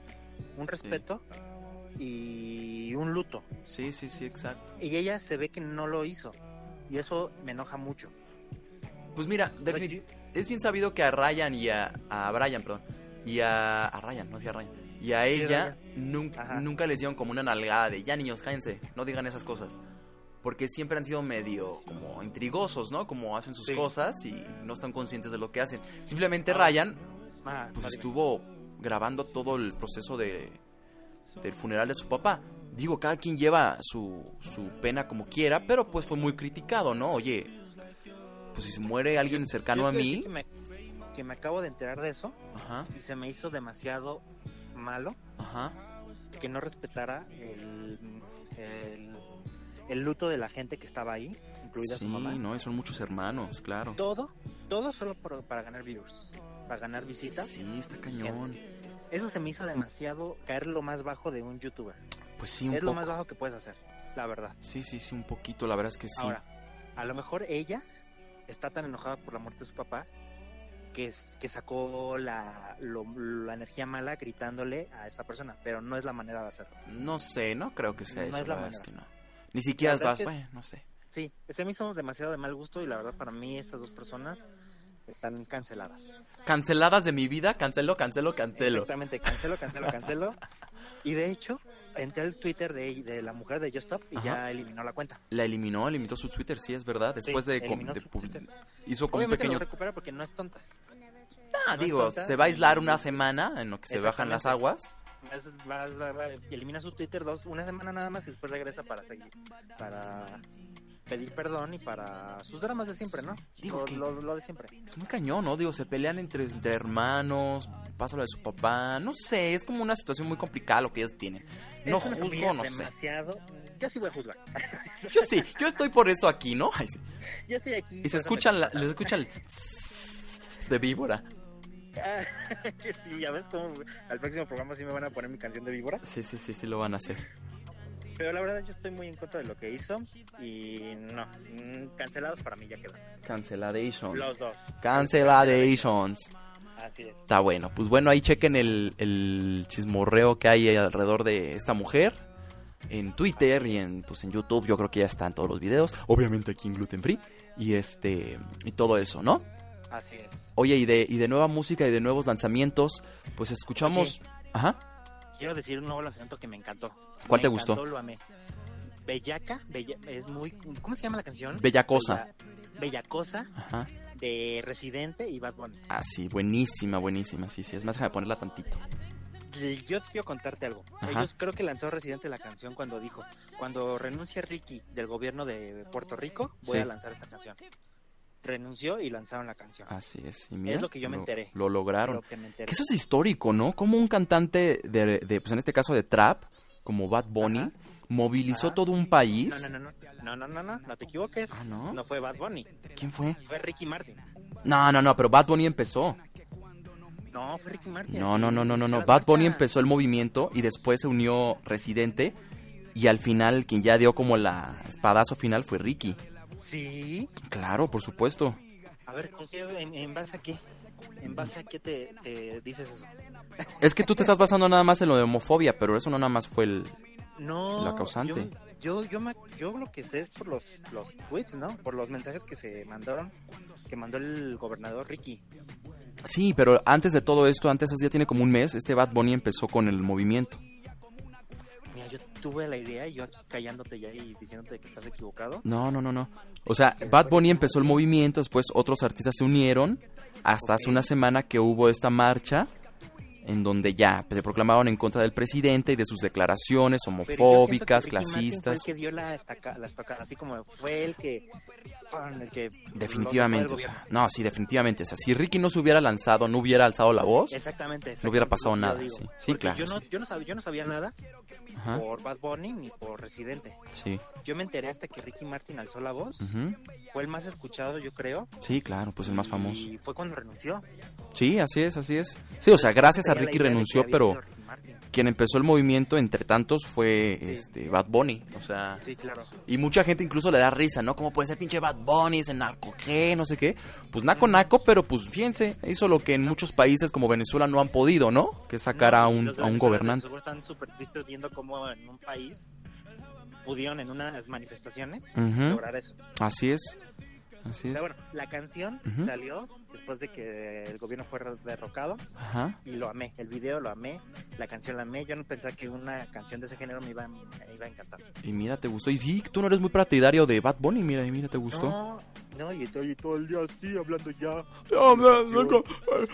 [SPEAKER 5] un respeto y un luto.
[SPEAKER 4] Sí, sí, sí, exacto.
[SPEAKER 5] Y ella se ve que no lo hizo. Y eso me enoja mucho.
[SPEAKER 4] Pues mira,
[SPEAKER 5] O sea,
[SPEAKER 4] definit-
[SPEAKER 5] yo-
[SPEAKER 4] es bien sabido que a Ryan y a, a Brian, perdón, y a, a Ryan, no es que a Ryan, y a ella nun-
[SPEAKER 5] Ajá.
[SPEAKER 4] nunca les dieron como una nalgada de, ya niños, cállense, no digan esas cosas. Porque siempre han sido medio como intrigosos, ¿no? Como hacen sus
[SPEAKER 5] Sí.
[SPEAKER 4] cosas y no están conscientes de lo que hacen. Simplemente
[SPEAKER 5] Ahora,
[SPEAKER 4] Ryan
[SPEAKER 5] Ah,
[SPEAKER 4] pues
[SPEAKER 5] no, dime.
[SPEAKER 4] estuvo grabando todo el proceso de del funeral de su papá. Digo, cada quien lleva su, su pena como quiera, pero pues fue muy criticado, ¿no? Oye, pues si se muere alguien cercano
[SPEAKER 5] Yo
[SPEAKER 4] a
[SPEAKER 5] quiero decir
[SPEAKER 4] mí,
[SPEAKER 5] Que me, que me acabo de enterar de eso
[SPEAKER 4] ajá,
[SPEAKER 5] y se me hizo demasiado malo
[SPEAKER 4] ajá,
[SPEAKER 5] que no respetara el, el, el luto de la gente que estaba ahí, incluida
[SPEAKER 4] sí,
[SPEAKER 5] su mamá.
[SPEAKER 4] no, y son muchos hermanos, claro.
[SPEAKER 5] Todo, todo solo por- para ganar views, para ganar visitas.
[SPEAKER 4] Sí, está cañón.
[SPEAKER 5] Eso se me hizo demasiado caer lo más bajo de un youtuber.
[SPEAKER 4] Pues sí, un
[SPEAKER 5] Es lo más
[SPEAKER 4] poco.
[SPEAKER 5] bajo que puedes hacer, la verdad.
[SPEAKER 4] Sí, sí, sí, un poquito, la verdad es que sí.
[SPEAKER 5] Ahora, a lo mejor ella está tan enojada por la muerte de su papá que, es- que sacó la, lo- la energía mala gritándole a esa persona, pero no es la manera de hacerlo.
[SPEAKER 4] No sé, no creo que sea
[SPEAKER 5] No
[SPEAKER 4] eso.
[SPEAKER 5] es
[SPEAKER 4] la
[SPEAKER 5] la
[SPEAKER 4] verdad es
[SPEAKER 5] manera.
[SPEAKER 4] que no. Ni siquiera
[SPEAKER 5] verdad
[SPEAKER 4] vas,
[SPEAKER 5] es que-
[SPEAKER 4] bueno, no sé.
[SPEAKER 5] Sí, se me hizo demasiado de mal gusto y la verdad para mí esas dos personas están canceladas.
[SPEAKER 4] Canceladas de mi vida, cancelo, cancelo, cancelo.
[SPEAKER 5] Exactamente, cancelo, cancelo, cancelo. y de hecho, entré al Twitter de, de la mujer de Just Stop y
[SPEAKER 4] Ajá.
[SPEAKER 5] ya eliminó la cuenta.
[SPEAKER 4] La eliminó, eliminó su Twitter, sí, es verdad. Después de, com-
[SPEAKER 5] eliminó
[SPEAKER 4] de
[SPEAKER 5] su
[SPEAKER 4] pub-
[SPEAKER 5] Twitter.
[SPEAKER 4] hizo como un
[SPEAKER 5] Obviamente
[SPEAKER 4] pequeño...
[SPEAKER 5] lo recupera porque no es tonta.
[SPEAKER 4] Ah,
[SPEAKER 5] no es
[SPEAKER 4] digo,
[SPEAKER 5] tonta.
[SPEAKER 4] se va a aislar una semana en lo que se bajan las
[SPEAKER 5] Exactamente.
[SPEAKER 4] aguas.
[SPEAKER 5] Es- va- va- va- elimina su Twitter dos, una semana nada más y después regresa para seguir, para pedir perdón y para sus dramas de siempre, ¿no?
[SPEAKER 4] Digo
[SPEAKER 5] lo,
[SPEAKER 4] que-
[SPEAKER 5] lo- lo de siempre.
[SPEAKER 4] Es muy cañón, ¿no? Digo, se pelean entre, entre hermanos, pasa lo de su papá, no sé, es como una situación muy complicada lo que ellos tienen. No
[SPEAKER 5] Es una
[SPEAKER 4] juzgo,
[SPEAKER 5] familia
[SPEAKER 4] no sé.
[SPEAKER 5] demasiado- Yo sí voy a juzgar.
[SPEAKER 4] Yo sí, yo estoy por eso aquí, ¿no? Ay, sí.
[SPEAKER 5] Yo estoy aquí.
[SPEAKER 4] Y se
[SPEAKER 5] por
[SPEAKER 4] escuchan,
[SPEAKER 5] eso
[SPEAKER 4] la-
[SPEAKER 5] me-
[SPEAKER 4] les escuchan el de víbora.
[SPEAKER 5] Ah, sí, ya ves cómo al próximo programa sí me van a poner mi canción de víbora.
[SPEAKER 4] Sí, sí, sí, sí lo van a hacer.
[SPEAKER 5] Pero la verdad yo estoy muy en contra de lo que hizo y no, mm, cancelados para mí ya quedan. Los
[SPEAKER 4] Cancelations.
[SPEAKER 5] dos.
[SPEAKER 4] Cancelations.
[SPEAKER 5] Así es.
[SPEAKER 4] Está bueno. Pues bueno, ahí chequen el, el chismorreo que hay alrededor de esta mujer. En Twitter y en, pues en YouTube, yo creo que ya están todos los videos. Obviamente aquí en Gluten Free. Y este. Y todo eso, ¿no?
[SPEAKER 5] Así es.
[SPEAKER 4] Oye, y de, y de nueva música y de nuevos lanzamientos, pues escuchamos. Ajá.
[SPEAKER 5] Quiero decir un nuevo lanzamiento que me encantó.
[SPEAKER 4] ¿Cuál
[SPEAKER 5] Me
[SPEAKER 4] te gustó?
[SPEAKER 5] encantó, lo amé. Bellaca, bella- es muy ¿cómo se llama la canción?
[SPEAKER 4] Bellacosa.
[SPEAKER 5] Bella- Bellacosa
[SPEAKER 4] Ajá.
[SPEAKER 5] de Residente y Bad Bunny.
[SPEAKER 4] Ah, sí, buenísima, buenísima. Sí, sí. Es más, déjame ponerla tantito.
[SPEAKER 5] Yo quiero contarte algo.
[SPEAKER 4] Ajá.
[SPEAKER 5] Ellos creo que lanzó Residente la canción cuando dijo, cuando renuncie Ricky del gobierno de Puerto Rico, voy
[SPEAKER 4] Sí.
[SPEAKER 5] a lanzar esta canción. Renunció y lanzaron la canción.
[SPEAKER 4] Así es. Y mira,
[SPEAKER 5] lo que yo me enteré.
[SPEAKER 4] Lo lograron.
[SPEAKER 5] Lo que me enteré.
[SPEAKER 4] Que eso es histórico, ¿no? Como un cantante de, de, pues en este caso de trap, como Bad Bunny,
[SPEAKER 5] Ajá.
[SPEAKER 4] movilizó
[SPEAKER 5] Ajá.
[SPEAKER 4] todo un país.
[SPEAKER 5] No, no, no, no, no, no, no, no, no te equivoques.
[SPEAKER 4] Ah, ¿no?
[SPEAKER 5] fue Bad Bunny,
[SPEAKER 4] ¿Quién fue?
[SPEAKER 5] fue Ricky Martin.
[SPEAKER 4] No, no, no, pero Bad Bunny empezó.
[SPEAKER 5] No, fue Ricky Martin.
[SPEAKER 4] No, no, no, no, no,
[SPEAKER 5] Se
[SPEAKER 4] no.
[SPEAKER 5] las
[SPEAKER 4] Bad Bunny
[SPEAKER 5] marcha.
[SPEAKER 4] empezó el movimiento y después se unió Residente y al final quien ya dio como la espadazo final fue Ricky.
[SPEAKER 5] Sí.
[SPEAKER 4] Claro, por supuesto.
[SPEAKER 5] A ver, ¿con qué, en, en base a qué? ¿En base a qué te, te dices eso?
[SPEAKER 4] Es que tú te estás basando nada más en lo de homofobia, pero eso no nada más fue el...
[SPEAKER 5] No.
[SPEAKER 4] La causante.
[SPEAKER 5] Yo, yo, yo, me- yo lo que sé es por los, los tweets, ¿no? Por los mensajes que se mandaron, que mandó el gobernador Ricky.
[SPEAKER 4] Sí, pero antes de todo esto, antes así ya tiene como un mes, este Bad Bunny empezó con el movimiento.
[SPEAKER 5] Mira, yo tuve la idea y yo aquí callándote ya y diciéndote que estás equivocado.
[SPEAKER 4] No, no, no, no. O sea, Bad Bunny empezó el movimiento, después otros artistas se unieron, hasta hace
[SPEAKER 5] Ok.
[SPEAKER 4] una semana que hubo esta marcha, en donde ya pues, se proclamaron en contra del presidente y de sus declaraciones
[SPEAKER 5] Pero yo siento que
[SPEAKER 4] homofóbicas,
[SPEAKER 5] Ricky Martin
[SPEAKER 4] clasistas.
[SPEAKER 5] Fue el que dio la, estaca- la estocada, así como fue el que. fan, el que
[SPEAKER 4] Definitivamente,
[SPEAKER 5] lo
[SPEAKER 4] o
[SPEAKER 5] sacó del
[SPEAKER 4] sea, no, sí, definitivamente. O sea, si Ricky no se hubiera lanzado, no hubiera alzado la voz,
[SPEAKER 5] gobierno. Exactamente, exactamente,
[SPEAKER 4] no hubiera pasado
[SPEAKER 5] yo
[SPEAKER 4] nada,
[SPEAKER 5] digo.
[SPEAKER 4] sí. Sí,
[SPEAKER 5] Porque
[SPEAKER 4] claro,
[SPEAKER 5] Yo no,
[SPEAKER 4] sí. Ah.
[SPEAKER 5] yo, no sabía, yo no sabía nada
[SPEAKER 4] ajá,
[SPEAKER 5] por Bad Bunny ni por Residente.
[SPEAKER 4] sí.
[SPEAKER 5] Yo me enteré hasta que Ricky Martin alzó la voz.
[SPEAKER 4] ujú.
[SPEAKER 5] Fue el más escuchado, yo creo.
[SPEAKER 4] Sí, claro, pues el más famoso.
[SPEAKER 5] Y fue cuando renunció.
[SPEAKER 4] Sí, así es, así es. Sí, o sea, gracias a
[SPEAKER 5] Tenía la
[SPEAKER 4] Ricky
[SPEAKER 5] idea de que
[SPEAKER 4] renunció,
[SPEAKER 5] había
[SPEAKER 4] pero
[SPEAKER 5] sido Ricky Martin.
[SPEAKER 4] quien empezó el movimiento, entre tantos, fue
[SPEAKER 5] Sí.
[SPEAKER 4] este Bad Bunny. O sea,
[SPEAKER 5] Sí, claro.
[SPEAKER 4] Y mucha gente incluso le da risa, ¿no? Como puede ser pinche Bad Bunny, ese naco, ¿qué? No sé qué. Pues naco, naco, pero pues fíjense, hizo lo que en muchos países como Venezuela no han podido, ¿no? Que es sacar a
[SPEAKER 5] No,
[SPEAKER 4] un,
[SPEAKER 5] los de
[SPEAKER 4] a un
[SPEAKER 5] Venezuela
[SPEAKER 4] gobernante.
[SPEAKER 5] Seguro están súper tristes viendo cómo en un país pudieron en unas manifestaciones
[SPEAKER 4] Ujú.
[SPEAKER 5] lograr eso.
[SPEAKER 4] Así es. Así es.
[SPEAKER 5] Pero bueno, la canción
[SPEAKER 4] Ujú.
[SPEAKER 5] salió después de que el gobierno fue derrocado
[SPEAKER 4] Ajá.
[SPEAKER 5] y lo amé. El video lo amé, la canción la amé. Yo no pensaba que una canción de ese género me iba, me iba a encantar.
[SPEAKER 4] Y mira, te gustó. Y sí, tú no eres muy partidario de Bad Bunny, mira, y mira, te gustó.
[SPEAKER 5] No, no, y estoy y todo el día así hablando ya.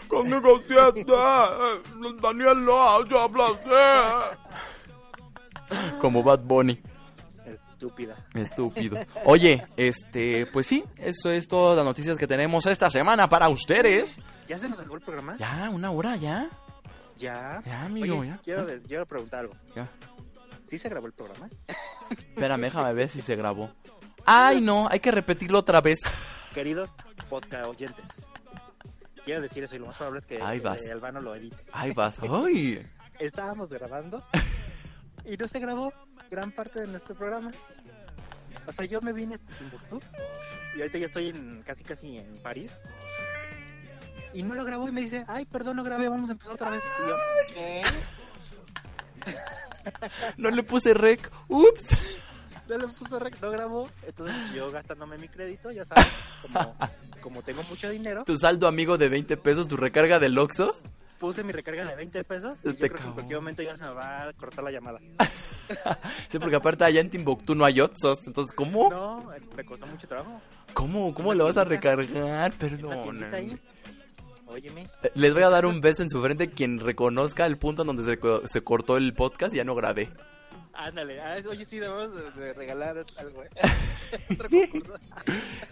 [SPEAKER 4] Conmigo Daniel Como Bad Bunny.
[SPEAKER 5] Estúpida.
[SPEAKER 4] Estúpido. Oye, este, pues sí, eso es todas las noticias que tenemos esta semana para ustedes.
[SPEAKER 5] ¿Ya se nos acabó el programa?
[SPEAKER 4] Ya, una hora, ya.
[SPEAKER 5] Ya.
[SPEAKER 4] Ya, amigo,
[SPEAKER 5] Oye,
[SPEAKER 4] ya.
[SPEAKER 5] Quiero, des- quiero preguntar algo.
[SPEAKER 4] Ya.
[SPEAKER 5] ¿Sí se grabó el programa?
[SPEAKER 4] Espérame, déjame ver si se grabó. Ay, no, hay que repetirlo otra vez.
[SPEAKER 5] Queridos podcast oyentes, quiero decir eso y lo más probable es que
[SPEAKER 4] Ahí vas.
[SPEAKER 5] eh, Albano lo edite.
[SPEAKER 4] Ay, vas. Ay.
[SPEAKER 5] Estábamos grabando y no se grabó gran parte de nuestro programa. O sea, yo me vine a Timbuktu y ahorita ya estoy en, casi casi en París. Y no lo grabó y me dice, ay, perdón, no grabé, vamos a empezar otra vez. Y yo, ¿qué?
[SPEAKER 4] No le puse rec. Ups.
[SPEAKER 5] No le puso rec, no grabó. Entonces yo gastándome mi crédito, ya sabes, como, como tengo mucho dinero,
[SPEAKER 4] Tu saldo amigo de 20 pesos, tu recarga del Oxxo.
[SPEAKER 5] puse mi recarga de 20 pesos
[SPEAKER 4] Se
[SPEAKER 5] y yo
[SPEAKER 4] te
[SPEAKER 5] creo que
[SPEAKER 4] acabó.
[SPEAKER 5] en cualquier momento ya se me va a cortar la llamada.
[SPEAKER 4] Sí, porque aparte allá en Timbuktu no hay Oxxos. Entonces, ¿cómo?
[SPEAKER 5] No, eh, me costó mucho trabajo.
[SPEAKER 4] ¿Cómo? ¿Cómo lo vas a recargar?
[SPEAKER 5] Una tiendita
[SPEAKER 4] Perdón.
[SPEAKER 5] ahí. Óyeme,
[SPEAKER 4] Eh, Les voy a dar un beso en su frente quien reconozca el punto en donde se, co- se cortó el podcast y ya no grabé.
[SPEAKER 5] ándale, ah, oye, sí, debemos de- de regalar algo, ¿eh? Otro concurso.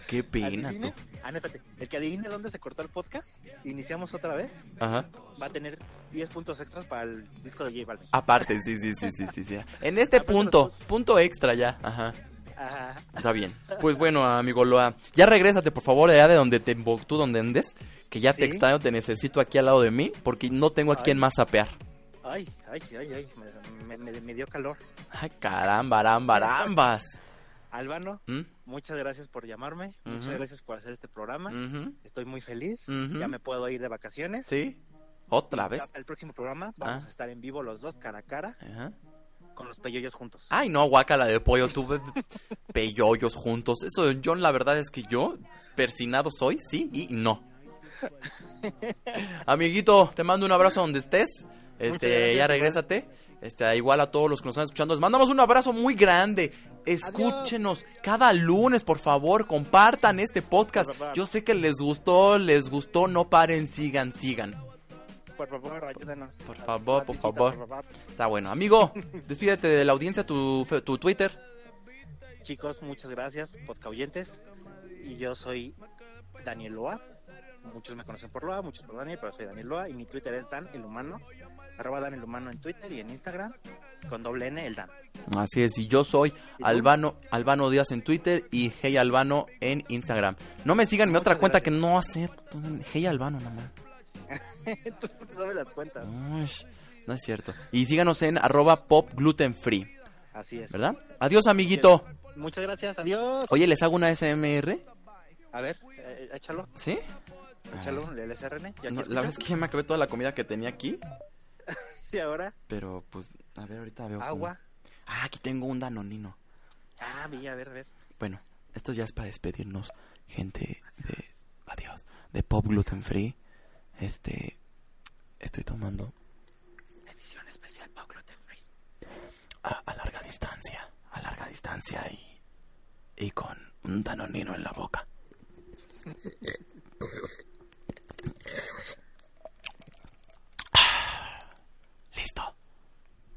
[SPEAKER 4] Qué pena.
[SPEAKER 5] Adivine-
[SPEAKER 4] tú.
[SPEAKER 5] Ah, no, espérate. El que adivine dónde se cortó el podcast, iniciamos otra vez,
[SPEAKER 4] Ajá.
[SPEAKER 5] va a tener 10 puntos extras para el disco de J Balvin.
[SPEAKER 4] Aparte, sí, sí, sí, sí, sí, sí. En este
[SPEAKER 5] Aparte
[SPEAKER 4] punto, punto extra ya. Ajá.
[SPEAKER 5] Ajá.
[SPEAKER 4] Está bien. Pues bueno, amigo Loa, ya regrésate, por favor, allá de donde te tú donde andes, que ya te
[SPEAKER 5] Sí.
[SPEAKER 4] extraño, te necesito aquí al lado de mí, porque no tengo a
[SPEAKER 5] Ay.
[SPEAKER 4] quien más sapear.
[SPEAKER 5] Ay, ay, ay, ay, me, me- me dio calor.
[SPEAKER 4] Ay, caramba, aramba, arambas.
[SPEAKER 5] Albano,
[SPEAKER 4] ¿Mm?
[SPEAKER 5] muchas gracias por llamarme, muchas
[SPEAKER 4] Ujú.
[SPEAKER 5] gracias por hacer este programa.
[SPEAKER 4] ¿Mm? Ujú.
[SPEAKER 5] Estoy muy feliz,
[SPEAKER 4] Ujú.
[SPEAKER 5] ya me puedo ir de vacaciones.
[SPEAKER 4] ¿Sí? ¿Otra vez?
[SPEAKER 5] Ya El próximo programa vamos
[SPEAKER 4] Ah.
[SPEAKER 5] a estar en vivo los dos cara a cara
[SPEAKER 4] Ajá.
[SPEAKER 5] con los peyoyos juntos.
[SPEAKER 4] Ay, no, guácala de pollo, tuve peyoyos juntos. Eso, yo la verdad es que yo, persinado soy, sí y no. Amiguito, te mando un abrazo donde estés. Este,
[SPEAKER 5] Muchas gracias,
[SPEAKER 4] ya
[SPEAKER 5] igual.
[SPEAKER 4] regrésate. Este, igual a todos los que nos están escuchando, les mandamos un abrazo muy grande. Escúchenos cada lunes, por favor, compartan este podcast.
[SPEAKER 5] Por favor.
[SPEAKER 4] Yo sé que les gustó, les gustó, no paren, sigan, sigan.
[SPEAKER 5] Por favor, ayúdanos.
[SPEAKER 4] Por
[SPEAKER 5] A-
[SPEAKER 4] favor, por
[SPEAKER 5] visita,
[SPEAKER 4] favor. Está bueno, amigo, despídete de la audiencia, tu, fe- tu Twitter.
[SPEAKER 5] Chicos, muchas gracias, podcaoyentes. Y yo soy Daniel Loa. Muchos me conocen por Loa, muchos por Daniel, pero soy Daniel Loa. Y mi Twitter es Dan el Humano. Arroba Dan el Humano en Twitter y en Instagram. Con doble N, el Dan.
[SPEAKER 4] Así es, y yo soy
[SPEAKER 5] tú?
[SPEAKER 4] Albano, Albano Díaz en Twitter y Hey Albano en Instagram. No me sigan en mi
[SPEAKER 5] Muchas
[SPEAKER 4] otra cuenta que no acepto. Hey Albano nomás.
[SPEAKER 5] Tú no me las cuentas.
[SPEAKER 4] Uy, no es cierto. Y síganos en arroba pop gluten free,
[SPEAKER 5] Así es.
[SPEAKER 4] ¿verdad? Adiós, amiguito.
[SPEAKER 5] Muchas gracias, adiós.
[SPEAKER 4] Oye, les hago una SMR,
[SPEAKER 5] A ver, eh, échalo,
[SPEAKER 4] ¿sí?
[SPEAKER 5] échalo, el SRN. Yo aquí
[SPEAKER 4] No,
[SPEAKER 5] escucho.
[SPEAKER 4] la verdad es que ya me acabé toda la comida que tenía aquí,
[SPEAKER 5] Y ahora,
[SPEAKER 4] pero pues, a ver, ahorita veo. cómo.
[SPEAKER 5] agua.
[SPEAKER 4] Ah, aquí tengo un danonino.
[SPEAKER 5] Ah, mira, a ver, a ver.
[SPEAKER 4] Bueno, esto ya es para despedirnos, gente de adiós, de Pop Gluten Free. Este estoy tomando
[SPEAKER 5] Edición especial, Pablo Temfrey.
[SPEAKER 4] a, a larga distancia, a larga distancia y y con un danonino en la boca. Ah, Listo.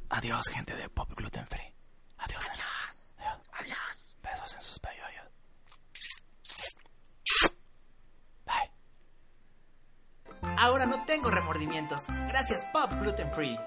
[SPEAKER 4] Adiós, gente de Pop Gluten Free. Adiós. Adiós.
[SPEAKER 5] Adiós.
[SPEAKER 4] Besos en sus peyoyos. Bye.
[SPEAKER 6] Ahora no tengo remordimientos. Gracias, Pop Gluten Free.